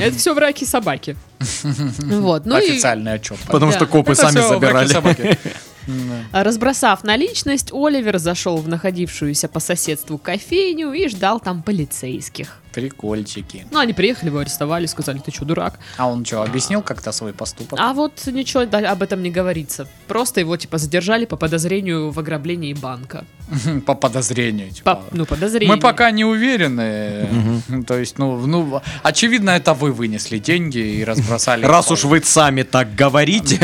[SPEAKER 2] Это все враки собаки. Вот, ну и
[SPEAKER 5] Официальный отчет.
[SPEAKER 3] Потому
[SPEAKER 2] Да.
[SPEAKER 3] что копы
[SPEAKER 5] Это
[SPEAKER 3] сами
[SPEAKER 5] всё,
[SPEAKER 3] забирали.
[SPEAKER 5] враки-собаки.
[SPEAKER 2] разбросав наличность, Оливер зашел в находившуюся по соседству кофейню и ждал там полицейских.
[SPEAKER 5] Прикольчики.
[SPEAKER 2] Ну, они приехали, его арестовали, сказали, ты что, дурак?
[SPEAKER 5] А он что, объяснил как-то свой поступок?
[SPEAKER 2] А вот ничего да- об этом не говорится. Просто его, типа, задержали по подозрению в ограблении банка.
[SPEAKER 5] По подозрению. типа.
[SPEAKER 2] А? По, ну, подозрение.
[SPEAKER 5] Мы пока не уверены. То есть, ну, ну, очевидно, это вы вынесли деньги и разбросали. их
[SPEAKER 3] Раз
[SPEAKER 5] по
[SPEAKER 3] уж вы сами так говорите.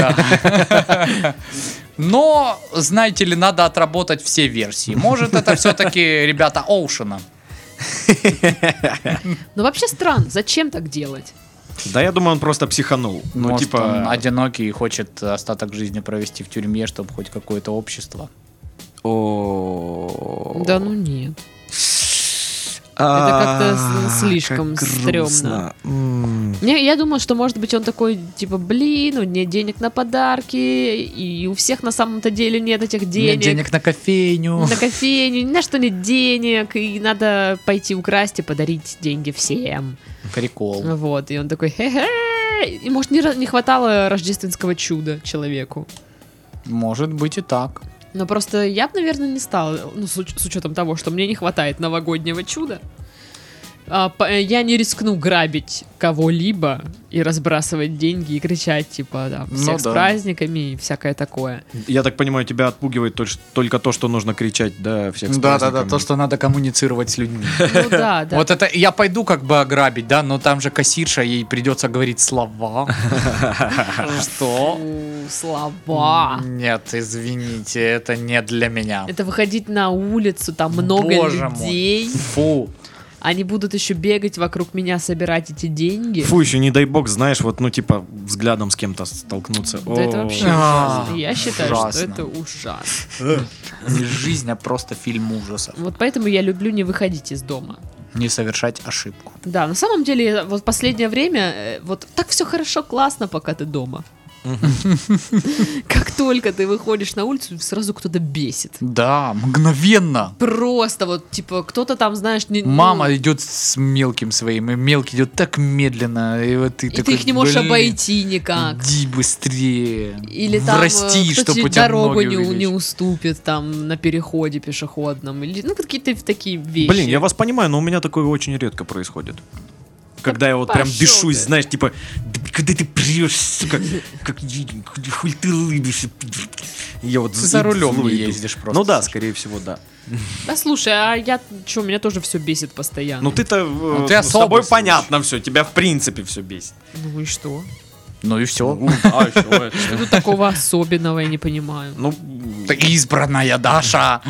[SPEAKER 5] Но, знаете ли, надо отработать все версии. Может, это все-таки ребята Оушена.
[SPEAKER 2] Ну, вообще странно, зачем так делать?
[SPEAKER 3] Да, я думаю, он просто психанул. Ну,
[SPEAKER 5] Может,
[SPEAKER 3] типа...
[SPEAKER 5] он одинокий и хочет остаток жизни провести в тюрьме, чтобы хоть какое-то общество.
[SPEAKER 3] О.
[SPEAKER 2] Да ну нет.
[SPEAKER 3] А,
[SPEAKER 2] Это как-то с- слишком
[SPEAKER 3] как
[SPEAKER 2] стрёмно.
[SPEAKER 3] грустно. М.
[SPEAKER 2] Не, я думаю, что, может быть, он такой, типа, блин, у меня денег на подарки, и у всех на самом-то деле нет этих
[SPEAKER 5] Нет
[SPEAKER 2] денег.
[SPEAKER 5] денег на кофейню.
[SPEAKER 2] На кофейню, ни на что нет денег, и надо пойти украсть и подарить деньги всем.
[SPEAKER 5] Прикол.
[SPEAKER 2] Вот, и он такой, хе-хе. И, может, не, ра- не хватало рождественского чуда человеку.
[SPEAKER 5] Может быть и так.
[SPEAKER 2] Но просто я бы, наверное, не стала, ну, с, уч- с учетом того, что мне не хватает новогоднего чуда. А, по- э, я не рискну грабить кого-либо и разбрасывать деньги и кричать, типа, там,
[SPEAKER 5] Ну
[SPEAKER 2] всех с
[SPEAKER 5] да.
[SPEAKER 2] праздниками и всякое такое.
[SPEAKER 3] Я так понимаю, тебя отпугивает точ- только то, что нужно кричать, да, всех с праздниками.
[SPEAKER 5] надо коммуницировать с людьми.
[SPEAKER 2] Ну да, да.
[SPEAKER 5] Вот это я пойду как бы ограбить, да, но там же кассирша, ей придется говорить слова. Что?
[SPEAKER 2] Фу, слова.
[SPEAKER 5] Нет, извините, это не для меня.
[SPEAKER 2] Это выходить на улицу, там много
[SPEAKER 5] А Боже мой.
[SPEAKER 2] людей.
[SPEAKER 5] Фу.
[SPEAKER 2] Они будут еще бегать вокруг меня, собирать эти деньги.
[SPEAKER 3] Фу, еще не дай бог, знаешь, вот, ну, типа, взглядом с кем-то столкнуться.
[SPEAKER 2] Да это
[SPEAKER 3] О,
[SPEAKER 2] вообще
[SPEAKER 5] А,
[SPEAKER 2] ужасно. Я считаю,
[SPEAKER 5] ужасно.
[SPEAKER 2] что это ужасно.
[SPEAKER 5] Не жизнь, а просто фильм ужасов.
[SPEAKER 2] Вот поэтому я люблю не выходить из дома.
[SPEAKER 5] Не совершать ошибку.
[SPEAKER 2] Да, на самом деле, вот последнее время, э, вот так все хорошо, классно, пока ты дома. Как только ты выходишь на улицу, сразу кто-то бесит.
[SPEAKER 5] Да, мгновенно.
[SPEAKER 2] Просто вот, типа, кто-то там, знаешь, не, ну,
[SPEAKER 5] Мама идет с мелким своим, и мелкий идет так медленно, и вот ты
[SPEAKER 2] и ты их не можешь обойти никак.
[SPEAKER 5] Иди быстрее.
[SPEAKER 2] Или там
[SPEAKER 5] Расти,
[SPEAKER 2] э, кто
[SPEAKER 5] чтобы
[SPEAKER 2] тебе
[SPEAKER 5] у тебя
[SPEAKER 2] дорогу
[SPEAKER 5] ноги
[SPEAKER 2] не, у- не
[SPEAKER 5] увеличить.
[SPEAKER 2] уступит там на переходе пешеходном. Или, ну, какие-то такие вещи.
[SPEAKER 3] Блин, я вас понимаю, но у меня такое очень редко происходит. Когда я вот прям
[SPEAKER 2] пошёл
[SPEAKER 3] дышусь,
[SPEAKER 2] ты.
[SPEAKER 3] знаешь, типа, «Да когда ты прешь, сука, как е- хуй ты лыбишься. Я вот
[SPEAKER 5] Ты за рулем не
[SPEAKER 3] злой иду.
[SPEAKER 5] ездишь просто.
[SPEAKER 3] Ну да,
[SPEAKER 5] Саша.
[SPEAKER 3] скорее всего, да.
[SPEAKER 2] Да слушай, а я что, меня тоже все бесит постоянно.
[SPEAKER 3] Ну ты-то э,
[SPEAKER 5] ты
[SPEAKER 3] ну, с
[SPEAKER 5] особый
[SPEAKER 3] тобой
[SPEAKER 5] случай.
[SPEAKER 3] понятно все, тебя в принципе все бесит.
[SPEAKER 2] Ну и что?
[SPEAKER 5] Ну и все.
[SPEAKER 3] Ну, а ещё это.
[SPEAKER 2] Что тут такого особенного, я не понимаю.
[SPEAKER 3] Ну,
[SPEAKER 5] Ты избранная Даша.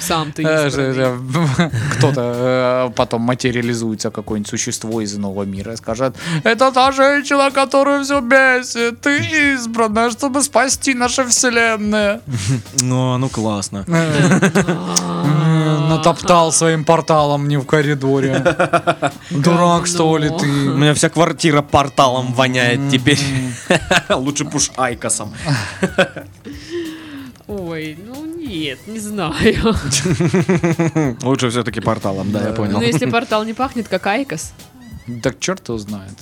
[SPEAKER 2] Сам ты
[SPEAKER 5] Э,
[SPEAKER 2] избранный.
[SPEAKER 5] же, э, Кто-то э, потом материализуется какое-нибудь существо из иного мира и скажет, это та женщина, которую все бесит, ты избранная, чтобы спасти наши вселенные.
[SPEAKER 3] ну, ну классно.
[SPEAKER 5] М, Натоптал своим порталом не в коридоре. Дурак, что ли
[SPEAKER 3] У
[SPEAKER 5] ты?
[SPEAKER 3] меня вся квартира порталом воняет теперь. Лучше пуш айкосом.
[SPEAKER 2] Ой, ну нет, не
[SPEAKER 5] Ну.
[SPEAKER 2] знаю.
[SPEAKER 3] Лучше все-таки порталом, да, я
[SPEAKER 2] Ну
[SPEAKER 3] понял.
[SPEAKER 2] если портал не пахнет, как Айкос.
[SPEAKER 5] Так черт его знает.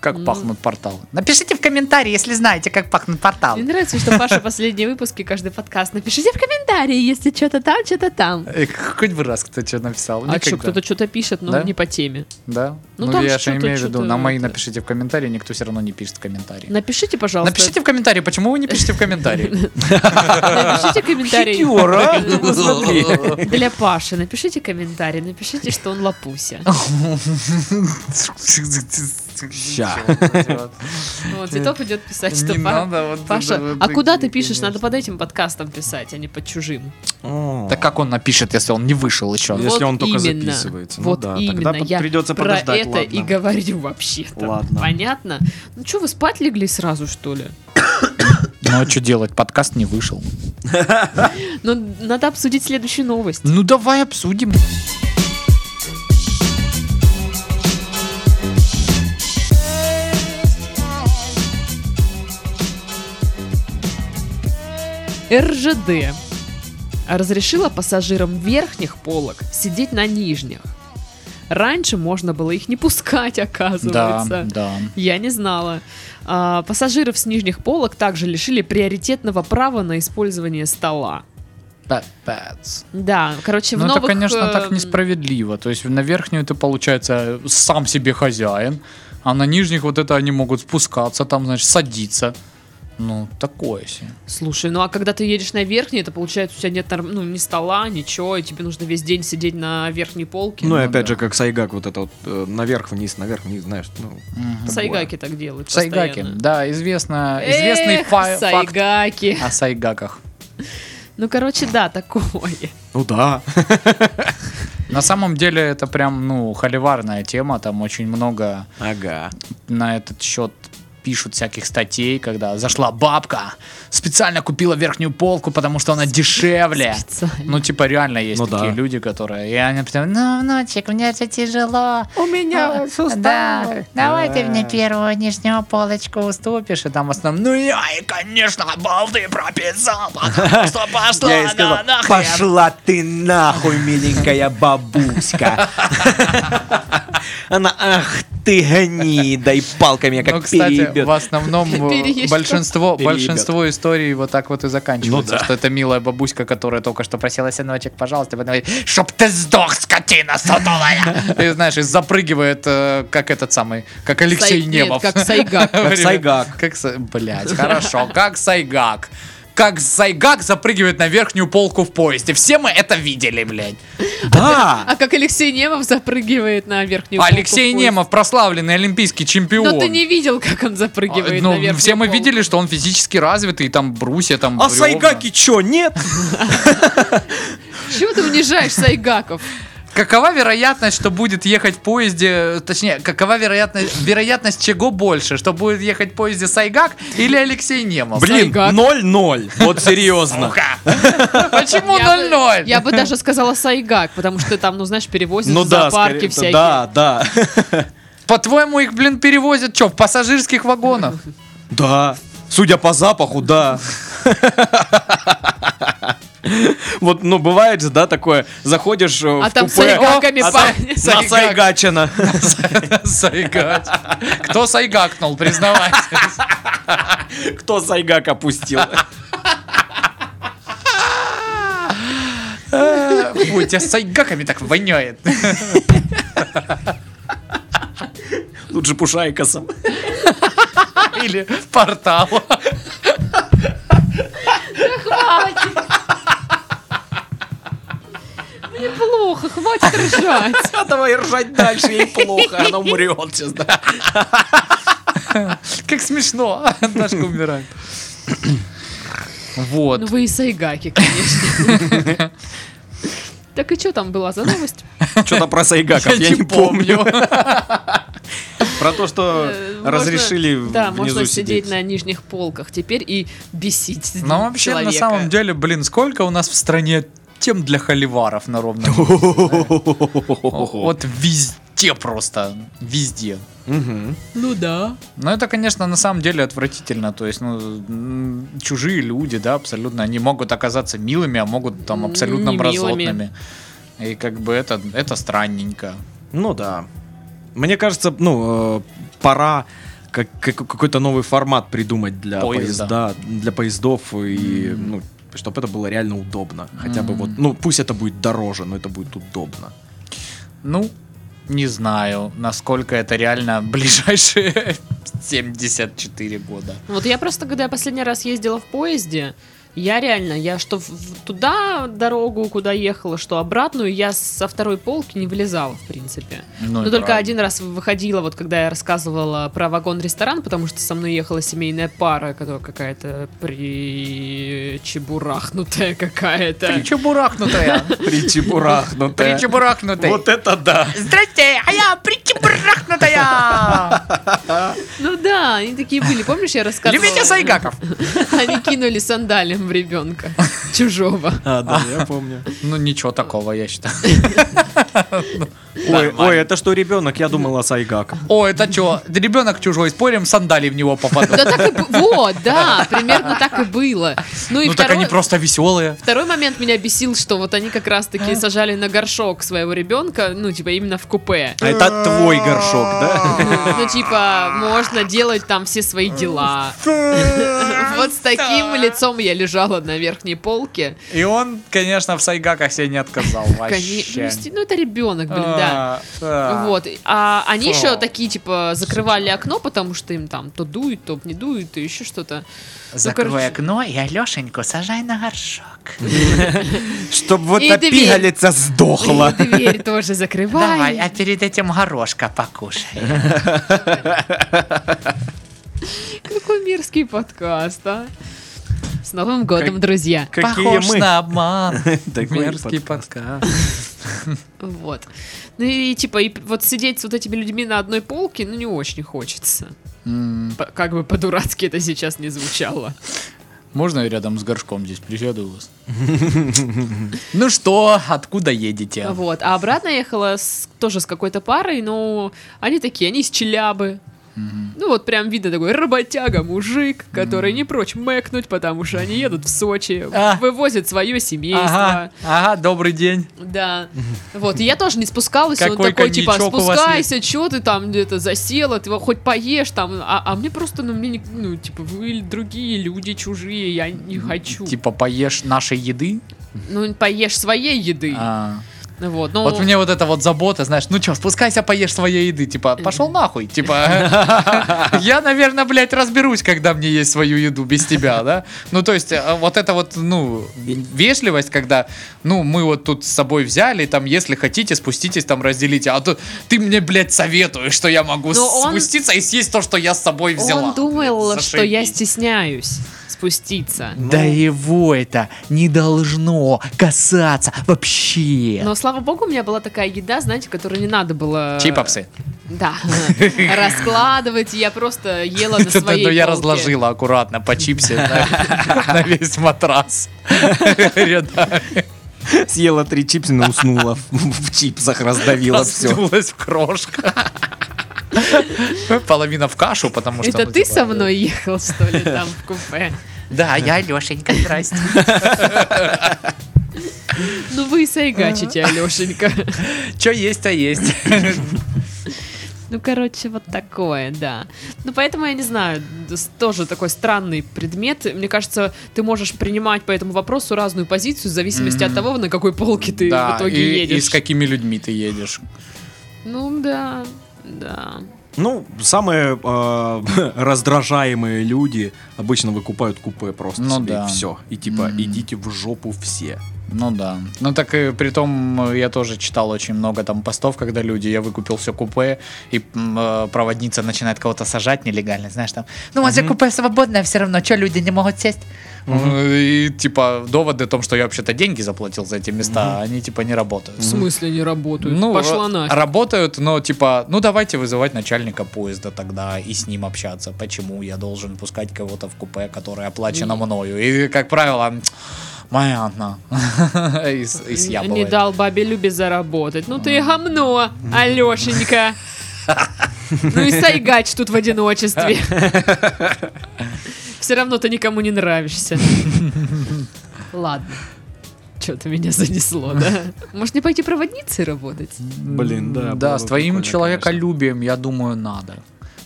[SPEAKER 5] Как пахнут порталы.
[SPEAKER 4] Напишите в комментарии, если знаете, как пахнут
[SPEAKER 5] А.
[SPEAKER 4] порталы.
[SPEAKER 2] Мне нравится, что Паша последние выпуски, каждый подкаст. Напишите в комментарии, если что-то там, что-то там.
[SPEAKER 5] Э, Хоть бы раз кто что написал.
[SPEAKER 2] А что,
[SPEAKER 5] Никогда.
[SPEAKER 2] кто-то что-то пишет, но
[SPEAKER 5] Да?
[SPEAKER 2] не по теме.
[SPEAKER 5] Да?
[SPEAKER 2] Ну,
[SPEAKER 5] Ну,
[SPEAKER 2] там
[SPEAKER 5] я же
[SPEAKER 2] что-то-
[SPEAKER 5] имею в виду,
[SPEAKER 2] что-то
[SPEAKER 5] на мои
[SPEAKER 2] это.
[SPEAKER 5] напишите в комментарии, никто все равно не пишет в комментарии.
[SPEAKER 2] Напишите, пожалуйста.
[SPEAKER 5] Напишите в комментарии, почему вы не пишите в комментарии.
[SPEAKER 2] напишите комментарий. Для Паши напишите комментарий, напишите, что он лапуся.
[SPEAKER 3] Ща.
[SPEAKER 2] Вот, Цветов идет писать, что
[SPEAKER 5] Не
[SPEAKER 2] Па-
[SPEAKER 5] надо вот это
[SPEAKER 2] Паша,
[SPEAKER 5] вот
[SPEAKER 2] а куда ты
[SPEAKER 5] такие,
[SPEAKER 2] пишешь? Надо
[SPEAKER 5] конечно.
[SPEAKER 2] под этим подкастом писать, а не под чужим.
[SPEAKER 5] Да как он напишет, если он не вышел еще?
[SPEAKER 3] Если
[SPEAKER 2] Вот
[SPEAKER 3] он только
[SPEAKER 2] именно.
[SPEAKER 3] записывается. Ну
[SPEAKER 2] Вот
[SPEAKER 3] да, тогда
[SPEAKER 2] именно.
[SPEAKER 3] под-
[SPEAKER 2] Я
[SPEAKER 3] придется
[SPEAKER 2] про
[SPEAKER 3] подождать,
[SPEAKER 2] это
[SPEAKER 3] ладно.
[SPEAKER 2] и говорю вообще-то.
[SPEAKER 3] Ладно.
[SPEAKER 2] Понятно? Ну что, вы спать легли сразу, что ли?
[SPEAKER 5] Ну а что делать, подкаст не вышел.
[SPEAKER 2] Но Ну, надо обсудить следующую новость.
[SPEAKER 5] Ну давай обсудим.
[SPEAKER 2] РЖД разрешила пассажирам верхних полок сидеть на нижних. Раньше можно было их не пускать,
[SPEAKER 5] Да,
[SPEAKER 2] оказывается.
[SPEAKER 5] да.
[SPEAKER 2] Я не знала. А, пассажиров с нижних полок также лишили приоритетного права на использование стола.
[SPEAKER 5] Bad Bats.
[SPEAKER 2] Да, короче, в
[SPEAKER 5] Ну это,
[SPEAKER 2] новых,
[SPEAKER 5] конечно, так
[SPEAKER 2] эм,
[SPEAKER 5] несправедливо. То есть на верхнюю ты, получается, сам себе хозяин, а на нижних вот это они могут спускаться, там, значит, садиться. Ну, такое себе.
[SPEAKER 2] Слушай, ну а когда ты едешь на верхний, это получается у тебя нет норм- ну, ни стола, ничего, и тебе нужно весь день сидеть на верхней полке.
[SPEAKER 3] Ну и
[SPEAKER 5] Ну
[SPEAKER 3] опять
[SPEAKER 5] да.
[SPEAKER 3] же, как Сайгак, вот это вот э, наверх-вниз, наверх-вниз, знаешь, ну,
[SPEAKER 5] Мгм.
[SPEAKER 2] Сайгаки так делают.
[SPEAKER 5] Сайгаки,
[SPEAKER 2] постоянно.
[SPEAKER 5] да, известно, известный
[SPEAKER 2] Эх,
[SPEAKER 5] фа- факт
[SPEAKER 2] Сайгаки.
[SPEAKER 5] о сайгаках.
[SPEAKER 2] Ну, короче, да, такое.
[SPEAKER 3] ну да.
[SPEAKER 5] На самом деле это прям, ну, холиварная тема, там очень много
[SPEAKER 3] Ага.
[SPEAKER 5] на этот счет пишут всяких статей, когда зашла бабка, специально купила верхнюю полку, потому что она дешевле.
[SPEAKER 2] Специально.
[SPEAKER 5] Ну, типа, реально есть
[SPEAKER 3] Ну
[SPEAKER 5] такие
[SPEAKER 3] да.
[SPEAKER 5] люди, которые... И они прям, ну, внучек, мне же тяжело.
[SPEAKER 4] У меня
[SPEAKER 5] Да, давай ты мне
[SPEAKER 3] Да.
[SPEAKER 5] первую нижнюю полочку уступишь, и там в основном, ну я и, конечно, балды прописал, потому что пошла
[SPEAKER 3] Я ей
[SPEAKER 5] она
[SPEAKER 3] сказал,
[SPEAKER 5] нахрен».
[SPEAKER 3] пошла ты нахуй, миленькая бабуська. Она, ах ты гнида, и палками
[SPEAKER 5] Ну,
[SPEAKER 3] как
[SPEAKER 5] кстати, в
[SPEAKER 3] переебет.
[SPEAKER 5] основном э,
[SPEAKER 2] Переешь.
[SPEAKER 5] большинство,
[SPEAKER 3] Переебет.
[SPEAKER 5] большинство историй вот так вот и заканчивается,
[SPEAKER 3] Ну да.
[SPEAKER 5] что это милая бабуська, которая только что просила сыночек, пожалуйста, потом говорит, чтоб ты сдох, скотина сотовая. И знаешь, и запрыгивает, э, как этот самый, как Алексей
[SPEAKER 2] Сай- нет,
[SPEAKER 5] Немов.
[SPEAKER 2] как Сайгак.
[SPEAKER 5] Во время-
[SPEAKER 3] Сайгак.
[SPEAKER 5] Как Са- Блядь, хорошо, как Сайгак. Как Сайгак запрыгивает на верхнюю полку в поезде. Все мы это видели, блядь.
[SPEAKER 3] Да!
[SPEAKER 2] А как Алексей Немов запрыгивает на верхнюю полку
[SPEAKER 5] Алексей
[SPEAKER 2] в поезд.
[SPEAKER 5] Немов, прославленный олимпийский чемпион.
[SPEAKER 2] Но ты не видел, как он запрыгивает
[SPEAKER 5] Ну,
[SPEAKER 2] на верхнюю
[SPEAKER 5] все мы
[SPEAKER 2] полку.
[SPEAKER 5] видели, что он физически развитый, там брусья, там
[SPEAKER 3] А
[SPEAKER 5] бревна.
[SPEAKER 3] Сайгаки чё, нет?
[SPEAKER 2] Чего ты унижаешь Сайгаков?
[SPEAKER 5] Какова вероятность, что будет ехать в поезде, точнее, какова вероятность, вероятность чего больше, что будет ехать в поезде Сайгак или Алексей Немов?
[SPEAKER 3] Блин,
[SPEAKER 2] Сайгак.
[SPEAKER 3] 0-0. Вот серьезно.
[SPEAKER 5] Почему
[SPEAKER 2] Я бы-
[SPEAKER 5] 0-0?
[SPEAKER 2] Я бы даже сказала Сайгак, потому что там, ну знаешь, перевозят
[SPEAKER 3] Ну
[SPEAKER 2] в
[SPEAKER 3] да,
[SPEAKER 2] зоопарки
[SPEAKER 3] скорее-
[SPEAKER 2] всякие.
[SPEAKER 3] да, да,
[SPEAKER 5] По-твоему, их, блин, перевозят что, в пассажирских вагонах?
[SPEAKER 3] да. Судя по запаху, да. Вот, ну, бывает же, да, такое, заходишь э,
[SPEAKER 2] А
[SPEAKER 3] в
[SPEAKER 2] там
[SPEAKER 3] купе,
[SPEAKER 2] сайгаками
[SPEAKER 3] а там
[SPEAKER 2] пахнет.
[SPEAKER 3] насайгачено.
[SPEAKER 5] Сайгак. Кто сайгакнул, признавайся.
[SPEAKER 3] Кто сайгак опустил?
[SPEAKER 5] Фу, тебя с сайгаками так воняет.
[SPEAKER 3] Лучше пушайкасом.
[SPEAKER 5] Или портал.
[SPEAKER 2] Неплохо, хватит ржать.
[SPEAKER 3] А Давай ржать дальше, ей плохо, она умрет сейчас, да.
[SPEAKER 5] Как смешно. Дашка умирает. Вот.
[SPEAKER 2] Ну вы и сайгаки, конечно. Так и что там была за новость?
[SPEAKER 3] Что-то про
[SPEAKER 5] А
[SPEAKER 3] сайгаков, я не помню. Про то, что
[SPEAKER 2] Э, можно-
[SPEAKER 3] разрешили в-
[SPEAKER 2] Да,
[SPEAKER 3] внизу
[SPEAKER 2] можно сидеть
[SPEAKER 3] сидеть.
[SPEAKER 2] на нижних полках теперь и бесить
[SPEAKER 5] Ну, вообще, на
[SPEAKER 2] человека.
[SPEAKER 5] самом деле, блин, сколько у нас в стране тем для холиваров на ровном месте.
[SPEAKER 3] Вот.
[SPEAKER 5] Вот везде просто, везде.
[SPEAKER 3] Мгм.
[SPEAKER 2] Ну да.
[SPEAKER 5] Но это, конечно, на самом деле отвратительно. То есть, ну, м, чужие люди, да, абсолютно. Они могут оказаться милыми, а могут там
[SPEAKER 2] М,
[SPEAKER 5] абсолютно
[SPEAKER 2] не
[SPEAKER 5] мразотными. И как бы это, это странненько.
[SPEAKER 3] Ну да. Мне кажется, ну, э, пора как- как- какой-то новый формат придумать для
[SPEAKER 5] Поезда.
[SPEAKER 3] поезда, для поездов и, ну, чтобы это было реально удобно. Хотя бы
[SPEAKER 5] М.
[SPEAKER 3] вот, ну, пусть это будет дороже, но это будет удобно.
[SPEAKER 5] Ну, не знаю, насколько это реально ближайшие 74 года.
[SPEAKER 2] Вот я просто, когда я последний раз ездила в поезде, я реально, я что в- в туда дорогу, куда ехала, что обратную, я со второй полки не вылезала, в принципе.
[SPEAKER 5] Ну,
[SPEAKER 2] Но
[SPEAKER 5] и
[SPEAKER 2] только
[SPEAKER 5] правда.
[SPEAKER 2] один раз выходила, вот когда я рассказывала про вагон-ресторан, потому что со мной ехала семейная пара, которая какая-то причебурахнутая какая-то.
[SPEAKER 5] Причебурахнутая.
[SPEAKER 3] Причебурахнутая.
[SPEAKER 5] Причебурахнутая.
[SPEAKER 3] Вот это да.
[SPEAKER 4] Здрасте, а я причебрахнутая.
[SPEAKER 2] Ну да, они такие были, помнишь, я рассказывала?
[SPEAKER 5] Любите сайгаков.
[SPEAKER 2] Они кинули сандалем в ребенка чужого.
[SPEAKER 3] А, да, я помню.
[SPEAKER 5] Ну, ничего такого, я считаю.
[SPEAKER 3] Ой, ой, это что, ребенок? Я думал о Сайгак.
[SPEAKER 5] О, это что? Ребенок чужой, спорим, сандали в него попадут.
[SPEAKER 2] Да так и б- вот, да, примерно так и было. Ну и
[SPEAKER 5] Ну, так они
[SPEAKER 2] второй,
[SPEAKER 5] просто веселые.
[SPEAKER 2] второй момент меня бесил, что вот они как раз-таки сажали на горшок своего ребенка, ну типа именно в купе.
[SPEAKER 3] А это твой горшок, да?
[SPEAKER 2] Ну типа можно делать там все свои дела. Вот с таким лицом я лежала на верхней полке.
[SPEAKER 5] И он, конечно, в сайгаках себе не отказал
[SPEAKER 2] Коне- ну,
[SPEAKER 5] вообще.
[SPEAKER 2] есте- Ну это ребенок, блин, да.
[SPEAKER 5] А, а.
[SPEAKER 2] Вот. А они
[SPEAKER 5] Фу.
[SPEAKER 2] еще такие, типа, закрывали окно, потому что им там то дует, то не дует, то еще что-то.
[SPEAKER 4] Закрой
[SPEAKER 2] ну, короче.
[SPEAKER 4] окно и Алешеньку сажай на горшок.
[SPEAKER 3] Чтобы вот
[SPEAKER 2] И
[SPEAKER 3] эта
[SPEAKER 2] дверь.
[SPEAKER 3] пигалица сдохла.
[SPEAKER 2] Ну, И дверь тоже закрывали.
[SPEAKER 4] Давай, а перед этим горошка покушай.
[SPEAKER 2] Какой мерзкий подкаст, а. С Новым годом, друзья.
[SPEAKER 5] Похож на обман. Мерзкий подкаст.
[SPEAKER 2] Вот. Ну и типа, и вот сидеть с вот этими людьми на одной полке, ну не очень хочется.
[SPEAKER 5] М,
[SPEAKER 2] П- Как бы по-дурацки это сейчас не звучало.
[SPEAKER 5] Можно я рядом с горшком здесь присяду у вас? Ну что, откуда едете?
[SPEAKER 2] Вот. А обратно ехала с- тоже с какой-то парой, но они такие, они из Челябы. Ну вот прям видно такой работяга, мужик, который не прочь мэкнуть, потому что они едут в Сочи,
[SPEAKER 5] А.
[SPEAKER 2] вывозят свое семейство.
[SPEAKER 5] Ага, ага, добрый день.
[SPEAKER 2] Да. Вот, и я тоже не спускалась, и он
[SPEAKER 5] Какой
[SPEAKER 2] такой, типа,
[SPEAKER 5] коньячок у вас
[SPEAKER 2] спускайся, что ты там где-то засела, ты хоть поешь там, а, а мне просто, ну, мне, не- ну, типа, вы другие люди чужие, я не хочу.
[SPEAKER 5] Типа поешь нашей еды?
[SPEAKER 2] Ну, поешь своей еды.
[SPEAKER 5] А.
[SPEAKER 2] Вот, ну,
[SPEAKER 5] Вот мне вот эта вот забота, знаешь, ну чё, спускайся, поешь своей еды, типа, пошел нахуй, типа, я, наверное, блядь, разберусь, когда мне есть свою еду без тебя, да? Ну, то есть, э, вот это вот, ну, вежливость, когда, ну, мы вот тут с собой взяли, там, если хотите, спуститесь, там, разделите, а то ты мне, блядь, советуешь, что я могу
[SPEAKER 2] Но он-
[SPEAKER 5] спуститься и съесть то, что я с собой взяла.
[SPEAKER 2] Он думал,
[SPEAKER 5] Блядь,
[SPEAKER 2] что я
[SPEAKER 5] зашибись.
[SPEAKER 2] стесняюсь спуститься.
[SPEAKER 5] Ну. Да его это не должно касаться вообще.
[SPEAKER 2] Но слава богу, у меня была такая еда, знаете, которую не надо было.
[SPEAKER 5] Чипопсы.
[SPEAKER 2] Э, Да. Раскладывать. Я просто ела на
[SPEAKER 5] Но
[SPEAKER 2] своей.
[SPEAKER 5] ну, я
[SPEAKER 2] полке.
[SPEAKER 5] разложила аккуратно по чипсе на на весь матрас. Рядами.
[SPEAKER 3] Съела три чипсина, уснула. В чипсах раздавила все.
[SPEAKER 5] Раздулась в крошках. Половина в кашу, потому что...
[SPEAKER 2] Это
[SPEAKER 5] ну,
[SPEAKER 2] ты
[SPEAKER 5] типа,
[SPEAKER 2] со мной ехал, что ли, там в купе?
[SPEAKER 4] Да, я Лешенька, здрасте.
[SPEAKER 2] Ну вы и сайгачите, Алешенька.
[SPEAKER 5] Чё есть, то есть.
[SPEAKER 2] Ну, короче, вот такое, да. Ну, поэтому, я не знаю, с- тоже такой странный предмет. Мне кажется, ты можешь принимать по этому вопросу разную позицию в зависимости от того, на какой полке ты в
[SPEAKER 5] Да,
[SPEAKER 2] итоге
[SPEAKER 5] и и
[SPEAKER 2] едешь.
[SPEAKER 5] с какими людьми ты едешь.
[SPEAKER 2] Ну, да, да.
[SPEAKER 3] Ну, самые э, раздражаемые люди обычно выкупают купе просто
[SPEAKER 5] Ну
[SPEAKER 3] себе,
[SPEAKER 5] да.
[SPEAKER 3] и все. И типа,
[SPEAKER 5] М.
[SPEAKER 3] идите в жопу все.
[SPEAKER 5] Ну да. Ну так и при том э, я тоже читал очень много там постов, когда люди, я выкупил все купе, и м, э, проводница начинает кого-то сажать нелегально, знаешь, там.
[SPEAKER 4] Ну, а за купе свободное все равно, что люди не могут сесть?
[SPEAKER 5] Э, И типа доводы о том, что я вообще-то деньги заплатил за эти места, они типа не работают.
[SPEAKER 2] В смысле не работают?
[SPEAKER 5] Ну,
[SPEAKER 2] Пошла
[SPEAKER 5] э,
[SPEAKER 2] нафиг.
[SPEAKER 5] работают, но типа, ну давайте вызывать начальника поезда тогда и с ним общаться. Почему я должен пускать кого-то в купе, которое оплачено
[SPEAKER 2] Ну.
[SPEAKER 5] мною? И, как правило, м, понятно. И с- и с я
[SPEAKER 2] Не
[SPEAKER 5] бывает.
[SPEAKER 2] дал бабе Любе заработать. Ну ты и гомно, Алешенька. Ну и сайгач тут в одиночестве. Все равно ты никому не нравишься. Ладно. Что-то меня занесло, да? Может, не пойти проводницей работать?
[SPEAKER 3] Блин, да. было
[SPEAKER 5] Да, с
[SPEAKER 3] бы
[SPEAKER 5] твоим
[SPEAKER 3] прикольно,
[SPEAKER 5] человеколюбием, я думаю, надо.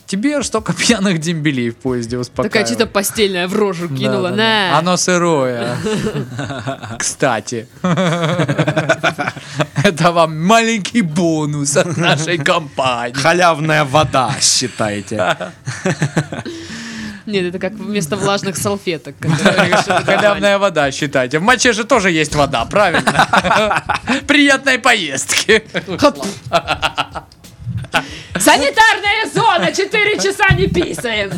[SPEAKER 5] Тебе ж столько пьяных дембелей в поезде
[SPEAKER 2] Такая
[SPEAKER 5] успокаивает.
[SPEAKER 2] что-то постельная в рожу кинула.
[SPEAKER 5] Да, А да, да.
[SPEAKER 2] На.
[SPEAKER 5] Оно сырое. Кстати. Это вам маленький бонус от нашей компании.
[SPEAKER 3] Халявная вода,
[SPEAKER 5] А,
[SPEAKER 3] считайте.
[SPEAKER 5] ну.
[SPEAKER 2] Нет, это как вместо влажных салфеток. которые решила
[SPEAKER 5] Халявная вода, считайте. В моче же тоже есть вода, правильно? Приятной поездки.
[SPEAKER 2] Санитарная зона! Четыре часа не писаем!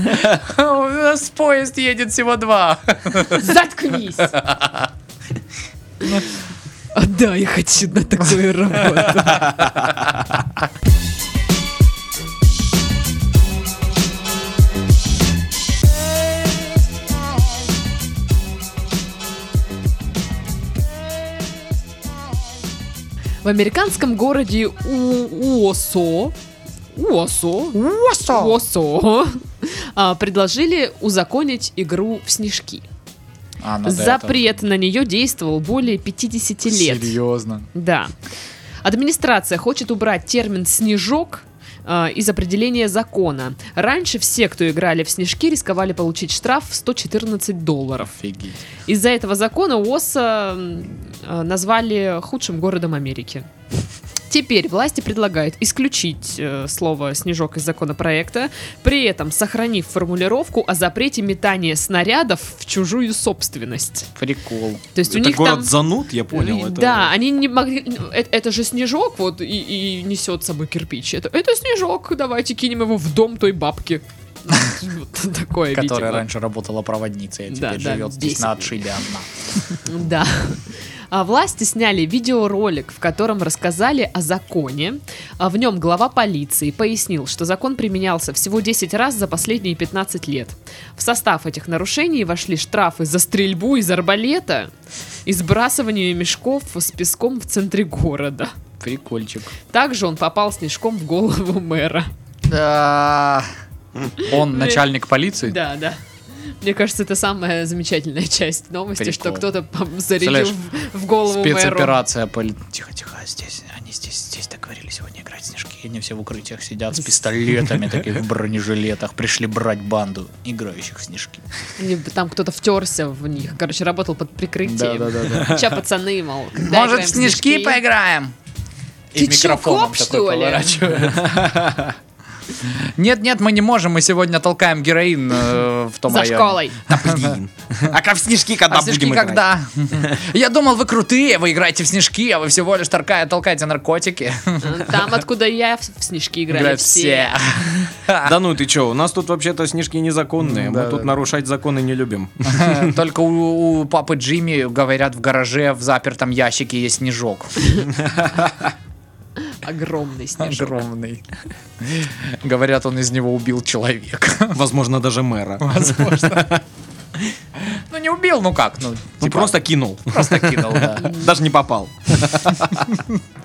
[SPEAKER 5] У нас поезд едет всего два.
[SPEAKER 2] Заткнись! Да, я хочу на такую работу. В американском городе У- Уосо Уосо Уосо а, предложили узаконить игру в снежки.
[SPEAKER 5] А, ну
[SPEAKER 2] Запрет на нее действовал более 50 лет.
[SPEAKER 5] Серьезно.
[SPEAKER 2] Да. Администрация хочет убрать термин «снежок» э, из определения закона. Раньше все, кто играли в снежки, рисковали получить штраф в 114 долларов.
[SPEAKER 5] Офигеть.
[SPEAKER 2] Из-за этого закона Уосса м, э, назвали худшим городом Америки. Теперь власти предлагают исключить э, слово «снежок» из законопроекта, при этом сохранив формулировку о запрете метания снарядов в чужую собственность.
[SPEAKER 5] Прикол.
[SPEAKER 2] То есть у
[SPEAKER 3] Это
[SPEAKER 2] них там...
[SPEAKER 3] город зануд, я понял. это-
[SPEAKER 2] Да, они не могли... ну, э- Это, же снежок вот и, и несет с собой кирпич. Это, это снежок, давайте кинем его в дом той бабки. Вот такое,
[SPEAKER 5] Которая
[SPEAKER 2] видимо.
[SPEAKER 5] раньше работала проводницей, а
[SPEAKER 2] Да,
[SPEAKER 5] теперь
[SPEAKER 2] да,
[SPEAKER 5] живет здесь
[SPEAKER 2] бесит
[SPEAKER 5] на
[SPEAKER 2] меня.
[SPEAKER 5] отшибе одна.
[SPEAKER 2] Да. А власти сняли видеоролик, в котором рассказали о законе. А в нем глава полиции пояснил, что закон применялся всего 10 раз за последние 15 лет. В состав этих нарушений вошли штрафы за стрельбу из арбалета и сбрасывание мешков с песком в центре города.
[SPEAKER 5] Прикольчик.
[SPEAKER 2] Также он попал снежком в голову мэра.
[SPEAKER 5] Он начальник полиции?
[SPEAKER 2] Да, да. Мне кажется, это самая замечательная часть новости, что
[SPEAKER 5] Прикол.
[SPEAKER 2] кто-то пам, зарядил
[SPEAKER 5] Представляешь,
[SPEAKER 2] в, в голову мэру.
[SPEAKER 5] Спецоперация поли... Тихо, тихо, здесь они здесь, здесь договорились сегодня играть в снежки. Они все в укрытиях сидят с пистолетами, таких в бронежилетах. Пришли брать банду играющих в снежки.
[SPEAKER 2] Или Там кто-то втерся в них. Короче, работал под прикрытием.
[SPEAKER 5] да.
[SPEAKER 2] Ща, пацаны, мол, когда
[SPEAKER 4] Может,
[SPEAKER 2] играем
[SPEAKER 4] в снежки поиграем?
[SPEAKER 2] Ты чё, коп, что ли?
[SPEAKER 5] Нет, нет, мы не можем. Мы сегодня толкаем героин э, в том
[SPEAKER 2] За
[SPEAKER 5] районе.
[SPEAKER 2] школой.
[SPEAKER 1] А как в снежки когда
[SPEAKER 5] А в снежки
[SPEAKER 1] будем играть?
[SPEAKER 5] когда? Я думал, вы крутые, вы играете в снежки, а вы всего лишь торкая, толкаете наркотики.
[SPEAKER 2] А, Там, откуда я, в в снежки играли
[SPEAKER 5] Играют
[SPEAKER 2] все.
[SPEAKER 5] все.
[SPEAKER 3] Да ну ты чё, у нас тут вообще-то снежки незаконные.
[SPEAKER 5] Да,
[SPEAKER 3] Мы тут
[SPEAKER 5] да.
[SPEAKER 3] нарушать законы не любим.
[SPEAKER 5] Только у, у папы Джимми, говорят, в гараже в запертом ящике есть снежок.
[SPEAKER 2] Огромный снежок.
[SPEAKER 5] Огромный. Говорят, он из него убил человека.
[SPEAKER 3] Возможно, даже мэра.
[SPEAKER 5] Типа- Ну не убил, ну как? Ну,
[SPEAKER 3] Ну
[SPEAKER 5] типа,
[SPEAKER 3] просто кинул.
[SPEAKER 5] просто кинул, да.
[SPEAKER 3] Даже не попал.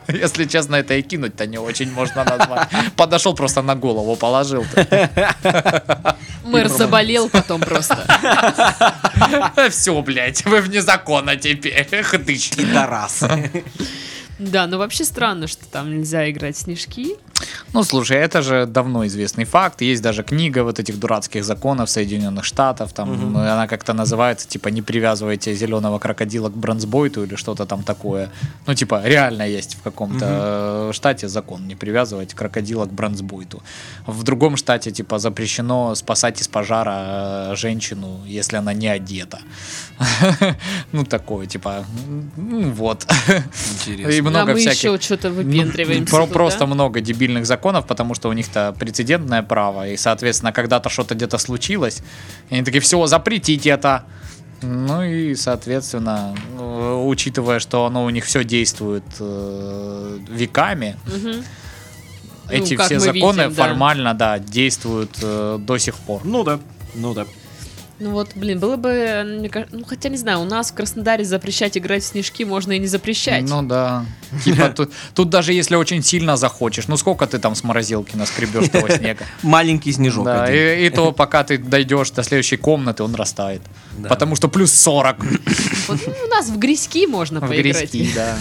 [SPEAKER 5] Если честно, это и кинуть-то не очень можно назвать. Подошел просто на голову, положил.
[SPEAKER 2] Мэр заболел потом просто.
[SPEAKER 5] Все, блядь, вы вне закона теперь. Эх, ты ж.
[SPEAKER 1] Пидорас.
[SPEAKER 2] Да, ну вообще странно, что там нельзя играть в снежки.
[SPEAKER 5] Ну, слушай, это же давно известный факт. Есть даже книга вот этих дурацких законов Соединенных Штатов. Там ну, она как-то называется, типа, не привязывайте зеленого крокодила к бронзбойту или что-то там такое. Ну, типа, реально есть в каком-то э, штате закон не привязывать крокодила к бронзбойту. В другом штате, типа, запрещено спасать из пожара э, женщину, если она не одета. Ну, такое, типа, ну, вот. И
[SPEAKER 3] Интересно.
[SPEAKER 5] много
[SPEAKER 2] а мы
[SPEAKER 5] всяких.
[SPEAKER 2] еще что-то
[SPEAKER 5] Ну,
[SPEAKER 2] выпендриваемся.
[SPEAKER 5] про-
[SPEAKER 2] тут,
[SPEAKER 5] просто
[SPEAKER 2] да?
[SPEAKER 5] много дебильных законов, потому что у них-то прецедентное право. И, соответственно, когда-то что-то где-то случилось, и они такие, все, запретите это. Ну и, соответственно, э, учитывая, что оно у них все действует э, веками,
[SPEAKER 2] Мгм. Ну,
[SPEAKER 5] эти
[SPEAKER 2] как
[SPEAKER 5] все
[SPEAKER 2] мы
[SPEAKER 5] законы
[SPEAKER 2] видим, да.
[SPEAKER 5] формально, да, действуют э, до сих пор.
[SPEAKER 3] Ну да, ну да.
[SPEAKER 2] Ну вот, блин, было бы, э, мне кажется, ну хотя не знаю, у нас в Краснодаре запрещать играть в снежки можно и не запрещать.
[SPEAKER 5] Ну да. Типа тут, тут даже если очень сильно захочешь, ну сколько ты там с морозилки наскребешь того снега?
[SPEAKER 3] Маленький снежок
[SPEAKER 5] Да,
[SPEAKER 3] один.
[SPEAKER 5] и, и то, пока ты дойдешь до следующей комнаты, он растает. Потому что плюс 40
[SPEAKER 2] Вот, ну, у нас в грязьки можно
[SPEAKER 5] в
[SPEAKER 2] поиграть.
[SPEAKER 5] грязьки, да.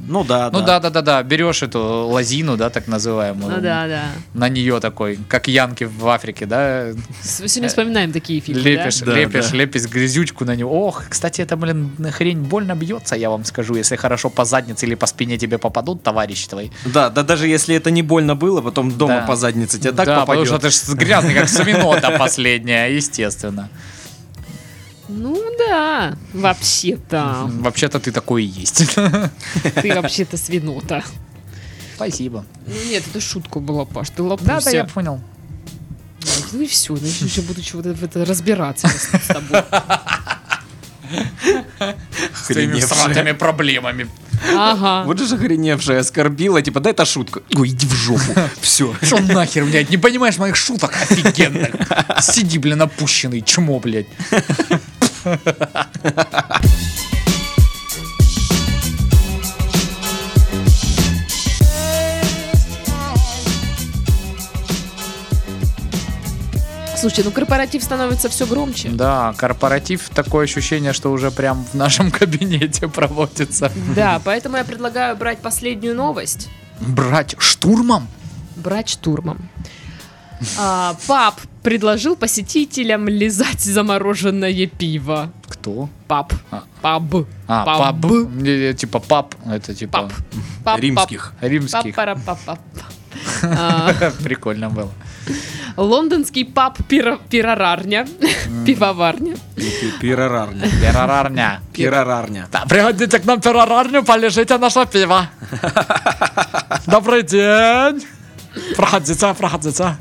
[SPEAKER 3] Ну да,
[SPEAKER 5] Ну да, да, да, да. Берешь эту лазину, да, так называемую.
[SPEAKER 2] Ну да, да.
[SPEAKER 5] На нее такой, как янки в Африке, да,
[SPEAKER 2] С- Сегодня вспоминаем такие фильмы,
[SPEAKER 5] Э, лепишь,
[SPEAKER 2] да?
[SPEAKER 3] Да,
[SPEAKER 5] лепишь,
[SPEAKER 3] да.
[SPEAKER 5] лепишь грязючку на нее. Ох, кстати, это, блин, хрень больно бьется, я вам скажу, если хорошо по заднице или по спине тебе попадут, товарищ твой.
[SPEAKER 3] Да, да даже если это не больно было, потом дома
[SPEAKER 5] Да.
[SPEAKER 3] по заднице тебе так
[SPEAKER 5] да, потому
[SPEAKER 3] попадет.
[SPEAKER 5] что ты же грязный, как свинота последняя, естественно.
[SPEAKER 2] Ну да, вообще-то.
[SPEAKER 5] Вообще-то ты такой и есть.
[SPEAKER 2] Ты вообще-то свинота.
[SPEAKER 5] Спасибо.
[SPEAKER 2] Ну нет, это шутка была, Паш, ты
[SPEAKER 5] Да, да, я
[SPEAKER 2] лопнулся.
[SPEAKER 5] понял.
[SPEAKER 2] Ну и все, ну я еще буду чего-то в это разбираться с тобой.
[SPEAKER 5] С твоими
[SPEAKER 3] Охреневшая.
[SPEAKER 5] всратыми проблемами.
[SPEAKER 2] Ага.
[SPEAKER 3] Вот же оскорбившая, оскорбила, типа, да это шутка. Ой, иди в жопу. Все.
[SPEAKER 5] Шел нахер, блядь, не понимаешь моих шуток офигенных. Сиди, блин, опущенный, чмо, блядь.
[SPEAKER 2] Слушай, ну корпоратив становится все громче.
[SPEAKER 5] Да, корпоратив, такое ощущение, что уже прям в нашем кабинете проводится.
[SPEAKER 2] Да, поэтому я предлагаю брать последнюю новость.
[SPEAKER 5] Брать штурмом?
[SPEAKER 2] Брать штурмом. А, пап предложил посетителям лизать замороженное пиво.
[SPEAKER 5] Кто?
[SPEAKER 2] Пап.
[SPEAKER 5] А.
[SPEAKER 2] Паб.
[SPEAKER 5] А, паб. Не, не, Типа пап, это типа
[SPEAKER 2] Пап. Пап.
[SPEAKER 3] Римских.
[SPEAKER 5] римский.
[SPEAKER 2] Пап-пара-пап-пап. А,
[SPEAKER 5] Прикольно было.
[SPEAKER 2] Лондонский паб пиро- пирорарня, пивоварня,
[SPEAKER 3] Пирорарня.
[SPEAKER 5] Перарарня.
[SPEAKER 3] Пирорарня.
[SPEAKER 5] Да, приходите к нам в перарарню, полежите наше пиво. Добрый день. Проходите, проходите.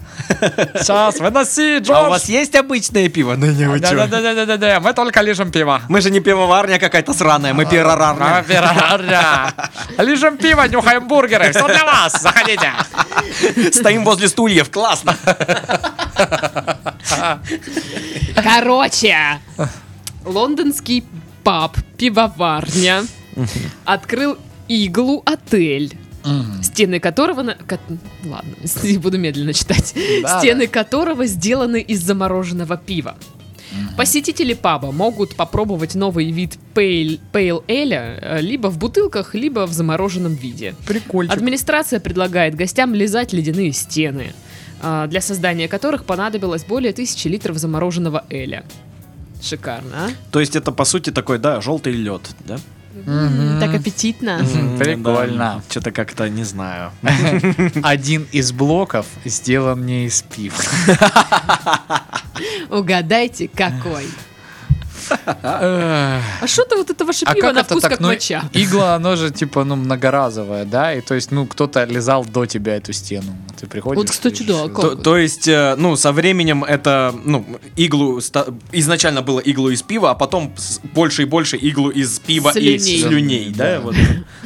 [SPEAKER 5] Сейчас, выноси, Джордж.
[SPEAKER 3] А у вас есть обычное пиво? Да не, вы чё?
[SPEAKER 5] Не-не-не-не-не, мы только лежим пиво.
[SPEAKER 3] Мы же не пивоварня какая-то сраная, мы
[SPEAKER 5] А,
[SPEAKER 3] пирорарня.
[SPEAKER 5] пирожарня. Лежим пиво, нюхаем бургеры. Все для вас. Заходите.
[SPEAKER 3] Стоим возле стульев, классно.
[SPEAKER 2] Короче, лондонский паб пивоварня открыл иглу отель. Стены которого... на- кот- Ладно, не буду медленно читать.
[SPEAKER 5] Да,
[SPEAKER 2] Стены которого сделаны из замороженного пива. Посетители паба могут попробовать новый вид пейл эля э, либо в бутылках, либо в замороженном виде.
[SPEAKER 5] Прикольчик.
[SPEAKER 2] Администрация предлагает гостям лизать ледяные стены, а, для создания которых понадобилось более тысячи литров замороженного эля. Шикарно, а?
[SPEAKER 3] То есть это, по сути, такой, да, желтый лед, да?
[SPEAKER 2] М, Так аппетитно.
[SPEAKER 5] Мгм, Прикольно.
[SPEAKER 3] Что-то как-то не знаю.
[SPEAKER 5] Один из блоков сделан не из пива.
[SPEAKER 2] Угадайте, какой.
[SPEAKER 5] Эх.
[SPEAKER 2] А что-то вот это ваше
[SPEAKER 5] А
[SPEAKER 2] пиво
[SPEAKER 5] как
[SPEAKER 2] на
[SPEAKER 5] это
[SPEAKER 2] вкус
[SPEAKER 5] так?
[SPEAKER 2] как
[SPEAKER 5] ну,
[SPEAKER 2] моча?
[SPEAKER 5] Игла, оно же типа, ну, многоразовое, да? И то есть, ну, кто-то лизал до тебя эту стену. Ты приходишь...
[SPEAKER 2] Вот, кстати,
[SPEAKER 5] и
[SPEAKER 2] да,
[SPEAKER 5] всё.
[SPEAKER 2] как?
[SPEAKER 3] То, то есть, э, ну, со временем это, ну, иглу, ста- изначально было иглу из пива, а потом с- больше и больше иглу из пива
[SPEAKER 2] Слюней.
[SPEAKER 3] и слюней, да?
[SPEAKER 5] Да.
[SPEAKER 3] вот.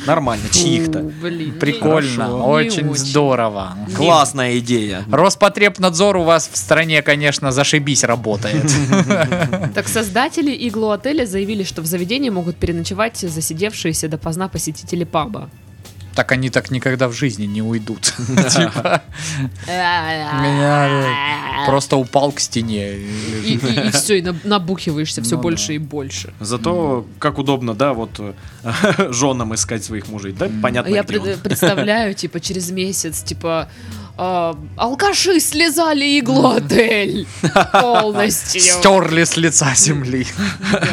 [SPEAKER 3] Нормально, чьих-то.
[SPEAKER 2] Фу, блин, не-
[SPEAKER 5] Прикольно,
[SPEAKER 2] не
[SPEAKER 5] очень, здорово.
[SPEAKER 3] Классная идея.
[SPEAKER 5] Роспотребнадзор у вас в стране, конечно, зашибись работает.
[SPEAKER 2] Так создатели иглу отеля заявили, что в заведении могут переночевать засидевшиеся допоздна посетители паба.
[SPEAKER 5] Так они так никогда в жизни не уйдут. Типа, меня э, просто упал к стене. э,
[SPEAKER 2] И, все, и наб- набухиваешься все
[SPEAKER 5] Ну
[SPEAKER 2] больше
[SPEAKER 5] да.
[SPEAKER 2] и больше.
[SPEAKER 3] Зато как удобно, да, вот э, женам искать своих мужей, да? Понятно,
[SPEAKER 2] Я
[SPEAKER 3] где
[SPEAKER 2] пред- представляю, типа, через месяц, типа, а, алкаши слезали иглу отель полностью.
[SPEAKER 5] Стерли с лица земли.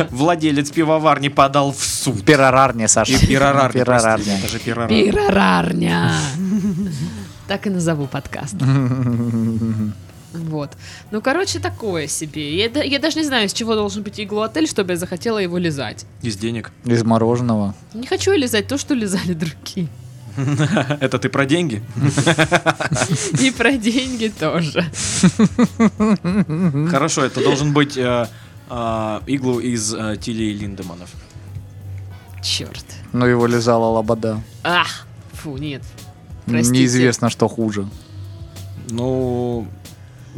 [SPEAKER 3] он. Владелец пивоварни подал в суд.
[SPEAKER 5] Перорарня, Саша.
[SPEAKER 3] И пирорарня, простите,
[SPEAKER 5] Перорарня.
[SPEAKER 3] это же пирорарня.
[SPEAKER 2] Пирорарня. Так и назову подкаст. Вот. Ну, короче, такое себе. Я, да- я даже не знаю, из чего должен быть иглу-отель, чтобы я захотела его лизать.
[SPEAKER 3] Из денег.
[SPEAKER 5] Из мороженого.
[SPEAKER 2] Не хочу я лизать то, что лизали другие.
[SPEAKER 3] Это ты про деньги?
[SPEAKER 2] И про деньги тоже.
[SPEAKER 3] Хорошо, это должен быть э, э, иглу из э, Тилли Линдеманов.
[SPEAKER 2] Черт.
[SPEAKER 5] Но его лизала лобода.
[SPEAKER 2] Ах, фу, нет. Простите.
[SPEAKER 5] Неизвестно, что хуже.
[SPEAKER 3] Ну,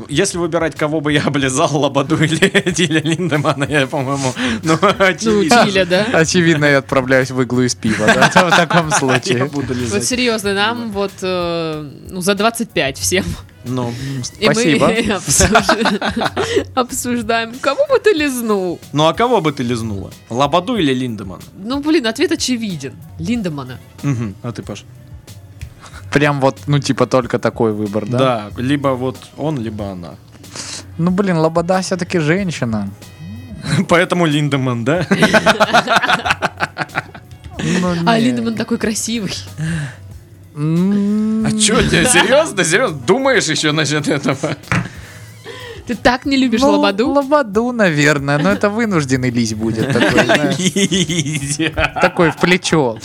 [SPEAKER 3] если выбирать, кого бы я облизал, Лободу или Тиля Линдемана, я, по-моему, ну,
[SPEAKER 2] Ну,
[SPEAKER 3] очевидно.
[SPEAKER 2] Тиля, да?
[SPEAKER 5] Очевидно, я отправляюсь в иглу из пива. да, В таком
[SPEAKER 3] Я
[SPEAKER 5] случае.
[SPEAKER 3] буду
[SPEAKER 2] Вот
[SPEAKER 3] лизать.
[SPEAKER 2] серьезно, нам вот э, ну, за 25 всем.
[SPEAKER 3] Ну,
[SPEAKER 2] И мы
[SPEAKER 5] Спасибо.
[SPEAKER 2] обсуж- обсуждаем, кого бы ты лизнул.
[SPEAKER 3] ну, а кого бы ты лизнула? Лободу или Линдемана?
[SPEAKER 2] Ну, блин, ответ очевиден. Линдемана.
[SPEAKER 3] Мгм. А ты, Паш?
[SPEAKER 5] Прям вот, ну, типа, только такой выбор, да?
[SPEAKER 3] Да, либо вот он, либо она.
[SPEAKER 5] Ну, блин, лобода все-таки женщина.
[SPEAKER 3] Поэтому Линдеман, да?
[SPEAKER 5] Ну,
[SPEAKER 2] А
[SPEAKER 5] не.
[SPEAKER 2] Линдеман такой красивый.
[SPEAKER 5] М,
[SPEAKER 3] А чё, тебе серьезно, серьезно? Думаешь еще насчет этого?
[SPEAKER 2] Ты так не любишь
[SPEAKER 5] ну,
[SPEAKER 2] Лободу?
[SPEAKER 5] Лободу, наверное. Но это вынужденный лись будет такой, знаешь, такой в плечо.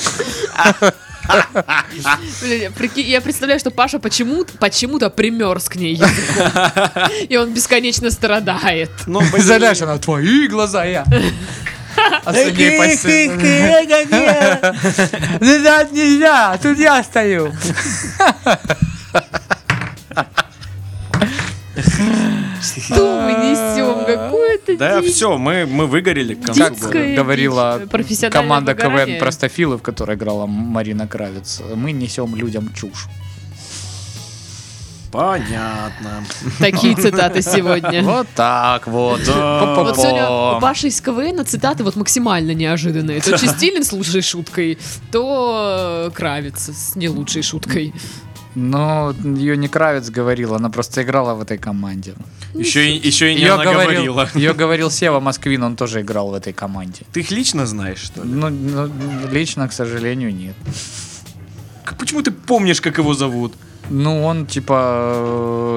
[SPEAKER 2] Блин, прики- Я представляю, что Паша почему-то почему-то примерз к ней языком. И он бесконечно страдает.
[SPEAKER 3] Ну,
[SPEAKER 5] Заляшь она, твои глаза я. А с ней посыл. Нельзя, нельзя, тут я стою.
[SPEAKER 2] Что мы несем? Какое-то
[SPEAKER 3] Да, все, мы, мы выгорели к концу
[SPEAKER 5] Как
[SPEAKER 3] года.
[SPEAKER 2] Дикое.
[SPEAKER 5] говорила
[SPEAKER 2] дичь. э, Профессиональное
[SPEAKER 5] команда
[SPEAKER 2] выгорание.
[SPEAKER 5] КВН Простофилы, в которой играла Марина Кравец, мы несем людям чушь.
[SPEAKER 3] Понятно.
[SPEAKER 2] Такие цитаты сегодня.
[SPEAKER 5] Вот так вот.
[SPEAKER 2] Вот сегодня у
[SPEAKER 5] Пу-пу-пу.
[SPEAKER 2] Паши из КВН а цитаты вот максимально неожиданные. То Чистилин с лучшей шуткой, то э, Кравец с не лучшей шуткой.
[SPEAKER 5] Ну, ее не Кравец говорил, она просто играла в этой команде.
[SPEAKER 3] Еще и, еще и не
[SPEAKER 5] Её
[SPEAKER 3] она
[SPEAKER 5] говорил-
[SPEAKER 3] говорила.
[SPEAKER 5] её говорил Сева Москвин, он тоже играл в этой команде.
[SPEAKER 3] Ты их лично знаешь, что ли?
[SPEAKER 5] Ну, ну, лично, к сожалению, нет.
[SPEAKER 3] К- Почему ты помнишь, как его зовут?
[SPEAKER 5] Ну, он, типа,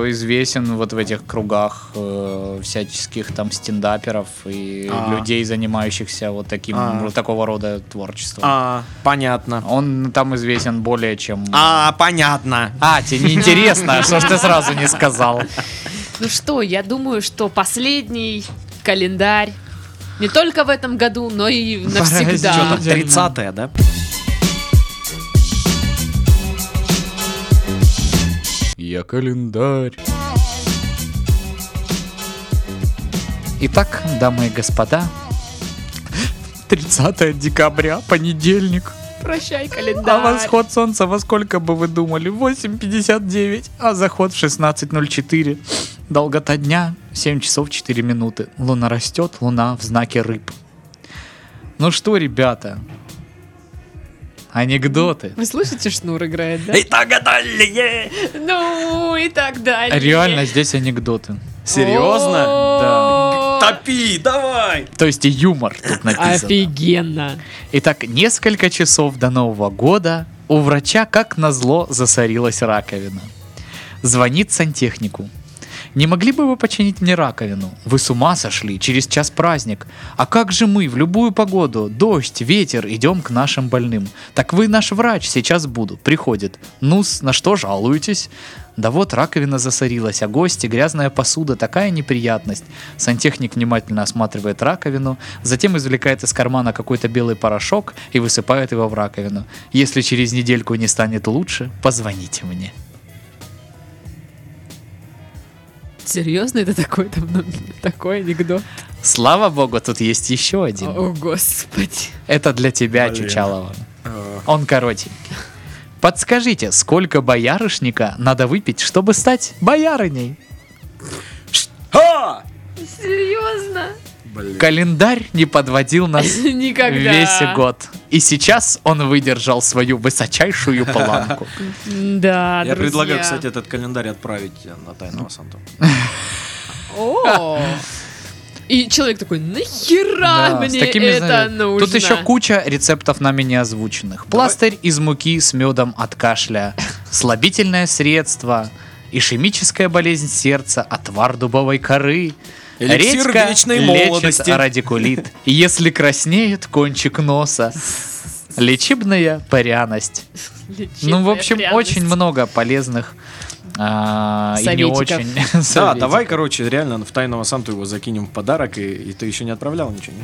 [SPEAKER 5] э, известен вот в этих кругах э, всяческих там стендаперов и
[SPEAKER 3] А.
[SPEAKER 5] людей, занимающихся вот таким,
[SPEAKER 3] А.
[SPEAKER 5] вот такого рода творчеством.
[SPEAKER 3] А, понятно.
[SPEAKER 5] Он там известен более чем...
[SPEAKER 3] А, понятно.
[SPEAKER 5] А, тебе неинтересно, что ж ты сразу не сказал?
[SPEAKER 2] Ну что, я думаю, что последний календарь не только в этом году, но и
[SPEAKER 5] Чё
[SPEAKER 2] навсегда.
[SPEAKER 5] там? Отдельно.
[SPEAKER 3] 30 да?
[SPEAKER 5] Я календарь. Итак, дамы и господа, 30 декабря, понедельник.
[SPEAKER 2] Прощай,
[SPEAKER 5] А
[SPEAKER 2] календарь.
[SPEAKER 5] восход солнца во сколько бы вы думали? 8.59, а заход в 16.04. Долгота дня 7 часов 4 минуты. Луна растет, луна в знаке рыб. Ну что, ребята, анекдоты.
[SPEAKER 2] Вы слышите, Шнур играет, да?
[SPEAKER 3] И так далее.
[SPEAKER 2] Ну и так далее.
[SPEAKER 5] Реально здесь анекдоты.
[SPEAKER 3] Серьезно?
[SPEAKER 2] Да.
[SPEAKER 3] Топи, давай!
[SPEAKER 5] То есть и юмор тут написано.
[SPEAKER 2] Офигенно.
[SPEAKER 5] Итак, несколько часов до Нового года у врача, как назло, засорилась раковина. Звонит сантехнику. Не могли бы вы починить мне раковину? Вы с ума сошли, через час праздник. А как же мы в любую погоду, дождь, ветер, идем к нашим больным? Так вы наш врач, сейчас буду, приходит. ну на что жалуетесь? Да вот раковина засорилась, а гости, грязная посуда, такая неприятность. Сантехник внимательно осматривает раковину, затем извлекает из кармана какой-то белый порошок и высыпает его в раковину. Если через недельку не станет лучше, позвоните мне.
[SPEAKER 2] Серьезно, это такой, там, ну, такой анекдот?
[SPEAKER 5] Слава богу, тут есть еще один.
[SPEAKER 2] О, господи.
[SPEAKER 5] Это для тебя, Чучалова. Он коротенький. Подскажите, сколько боярышника надо выпить, чтобы стать боярыней?
[SPEAKER 3] А!
[SPEAKER 2] Серьезно?
[SPEAKER 5] Календарь не подводил нас
[SPEAKER 2] Никогда.
[SPEAKER 5] весь год. И сейчас он выдержал свою высочайшую планку.
[SPEAKER 2] Да,
[SPEAKER 1] Я
[SPEAKER 2] друзья.
[SPEAKER 1] предлагаю, кстати, этот календарь отправить э, на тайного Санту.
[SPEAKER 2] О! И человек такой, нахера
[SPEAKER 5] Да, с
[SPEAKER 2] мне
[SPEAKER 5] такими,
[SPEAKER 2] это
[SPEAKER 5] знаешь,
[SPEAKER 2] нужно?
[SPEAKER 5] Тут еще куча рецептов нами не озвученных. Пластырь из муки с медом от кашля, слабительное средство, ишемическая болезнь сердца, отвар дубовой коры,
[SPEAKER 1] Эликсир
[SPEAKER 5] Редька
[SPEAKER 1] вечной
[SPEAKER 5] лечит
[SPEAKER 1] молодости.
[SPEAKER 5] радикулит. Если краснеет кончик носа. Лечебная пряность.
[SPEAKER 2] Лечебная
[SPEAKER 5] Ну, в общем,
[SPEAKER 2] пряность.
[SPEAKER 5] очень много полезных а, и не
[SPEAKER 2] Советиков.
[SPEAKER 5] очень.
[SPEAKER 1] Да,
[SPEAKER 5] советиков.
[SPEAKER 1] давай, короче, реально в тайного Санту его закинем в подарок, и, и ты еще не отправлял ничего, не?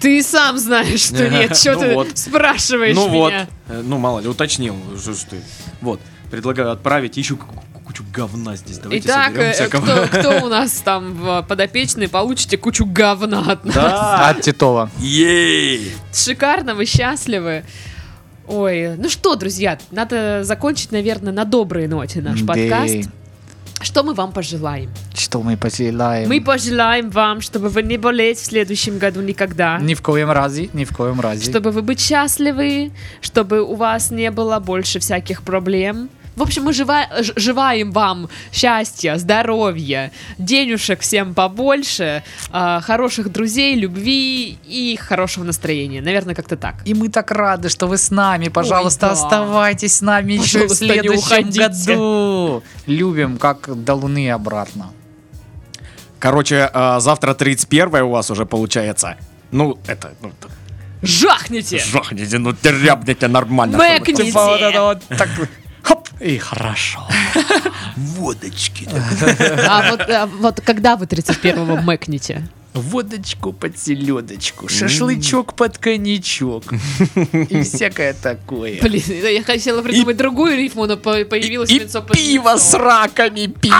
[SPEAKER 2] Ты сам знаешь, что нет. Что
[SPEAKER 1] Ну
[SPEAKER 2] ты
[SPEAKER 1] вот.
[SPEAKER 2] спрашиваешь
[SPEAKER 1] ну вот,
[SPEAKER 2] меня?
[SPEAKER 1] Э, ну мало ли, уточнил, что ж ты. Вот, предлагаю отправить еще ку- ку- кучу говна здесь. Давайте
[SPEAKER 2] Итак,
[SPEAKER 1] соберем
[SPEAKER 2] э,
[SPEAKER 1] всякого.
[SPEAKER 2] кто, кто у нас там в подопечной, получите кучу говна от нас.
[SPEAKER 1] Да,
[SPEAKER 5] От Титова.
[SPEAKER 1] ей!
[SPEAKER 2] Шикарно, вы счастливы. Ой, ну что, друзья, надо закончить, наверное, на доброй ноте наш подкаст. Что мы вам пожелаем?
[SPEAKER 5] Что мы поселяем?
[SPEAKER 2] Мы пожелаем вам, чтобы вы не болеть в следующем году никогда.
[SPEAKER 5] Ни в коем разе, ни в коем разе.
[SPEAKER 2] Чтобы вы были счастливы, чтобы у вас не было больше всяких проблем. В общем, мы жива- ж- желаем вам счастья, здоровья, денежек всем побольше, а, хороших друзей, любви и хорошего настроения. Наверное, как-то так.
[SPEAKER 5] И мы так рады, что вы с нами. Пожалуйста,
[SPEAKER 2] да.
[SPEAKER 5] оставайтесь с нами еще и в
[SPEAKER 2] Пожалуйста, не
[SPEAKER 5] следующем
[SPEAKER 2] уходите.
[SPEAKER 5] году. Любим, как до Луны и обратно.
[SPEAKER 1] Короче, а, завтра 31 у вас уже получается. Ну, это, ну, т-
[SPEAKER 2] Жахните!
[SPEAKER 1] жахните, ну, тряпните нормально. чтобы-
[SPEAKER 2] Мэкните!
[SPEAKER 5] типа, вот так хоп, и хорошо.
[SPEAKER 1] Водочки.
[SPEAKER 2] А вот, а вот когда вы 31-го мэкните?
[SPEAKER 5] Водочку под селедочку, шашлычок под коньячок и всякое такое.
[SPEAKER 2] Блин, я хотела придумать другую рифму, но по- появилось
[SPEAKER 5] И
[SPEAKER 2] лицо
[SPEAKER 5] пиво с раками пить.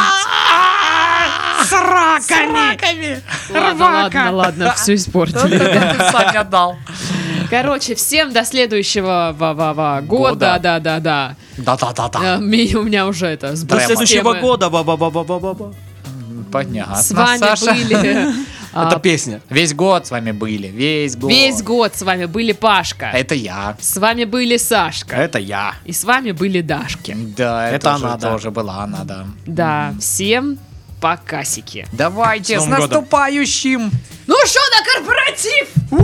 [SPEAKER 5] С раками!
[SPEAKER 2] Ну, Ладно, ладно, ладно, все испортили.
[SPEAKER 4] Ну,
[SPEAKER 5] Саня дал.
[SPEAKER 2] Короче, всем до следующего ва- ва- ва- года,
[SPEAKER 5] Года.
[SPEAKER 2] да-да-да.
[SPEAKER 5] Да-да-да-да.
[SPEAKER 2] Э, ми- У меня уже это
[SPEAKER 1] До
[SPEAKER 5] Прямо.
[SPEAKER 1] следующего
[SPEAKER 2] Системы.
[SPEAKER 1] года, ба-ба-ба-ба-ба-ба.
[SPEAKER 5] Понятно,
[SPEAKER 2] С вами
[SPEAKER 5] Саша.
[SPEAKER 2] были... а,
[SPEAKER 1] Это песня.
[SPEAKER 5] Весь год с вами были, весь год.
[SPEAKER 2] Весь год с вами были Пашка.
[SPEAKER 5] Это я.
[SPEAKER 2] С вами были Сашка.
[SPEAKER 1] Это я.
[SPEAKER 2] И с вами были Дашки.
[SPEAKER 5] Да, это,
[SPEAKER 1] Это
[SPEAKER 5] уже-
[SPEAKER 1] она, да.
[SPEAKER 5] тоже была она, да.
[SPEAKER 2] Да, всем покасики.
[SPEAKER 5] Давайте,
[SPEAKER 1] С
[SPEAKER 5] с,
[SPEAKER 1] Новым годом.
[SPEAKER 5] наступающим!
[SPEAKER 2] Ну что, на корпоратив!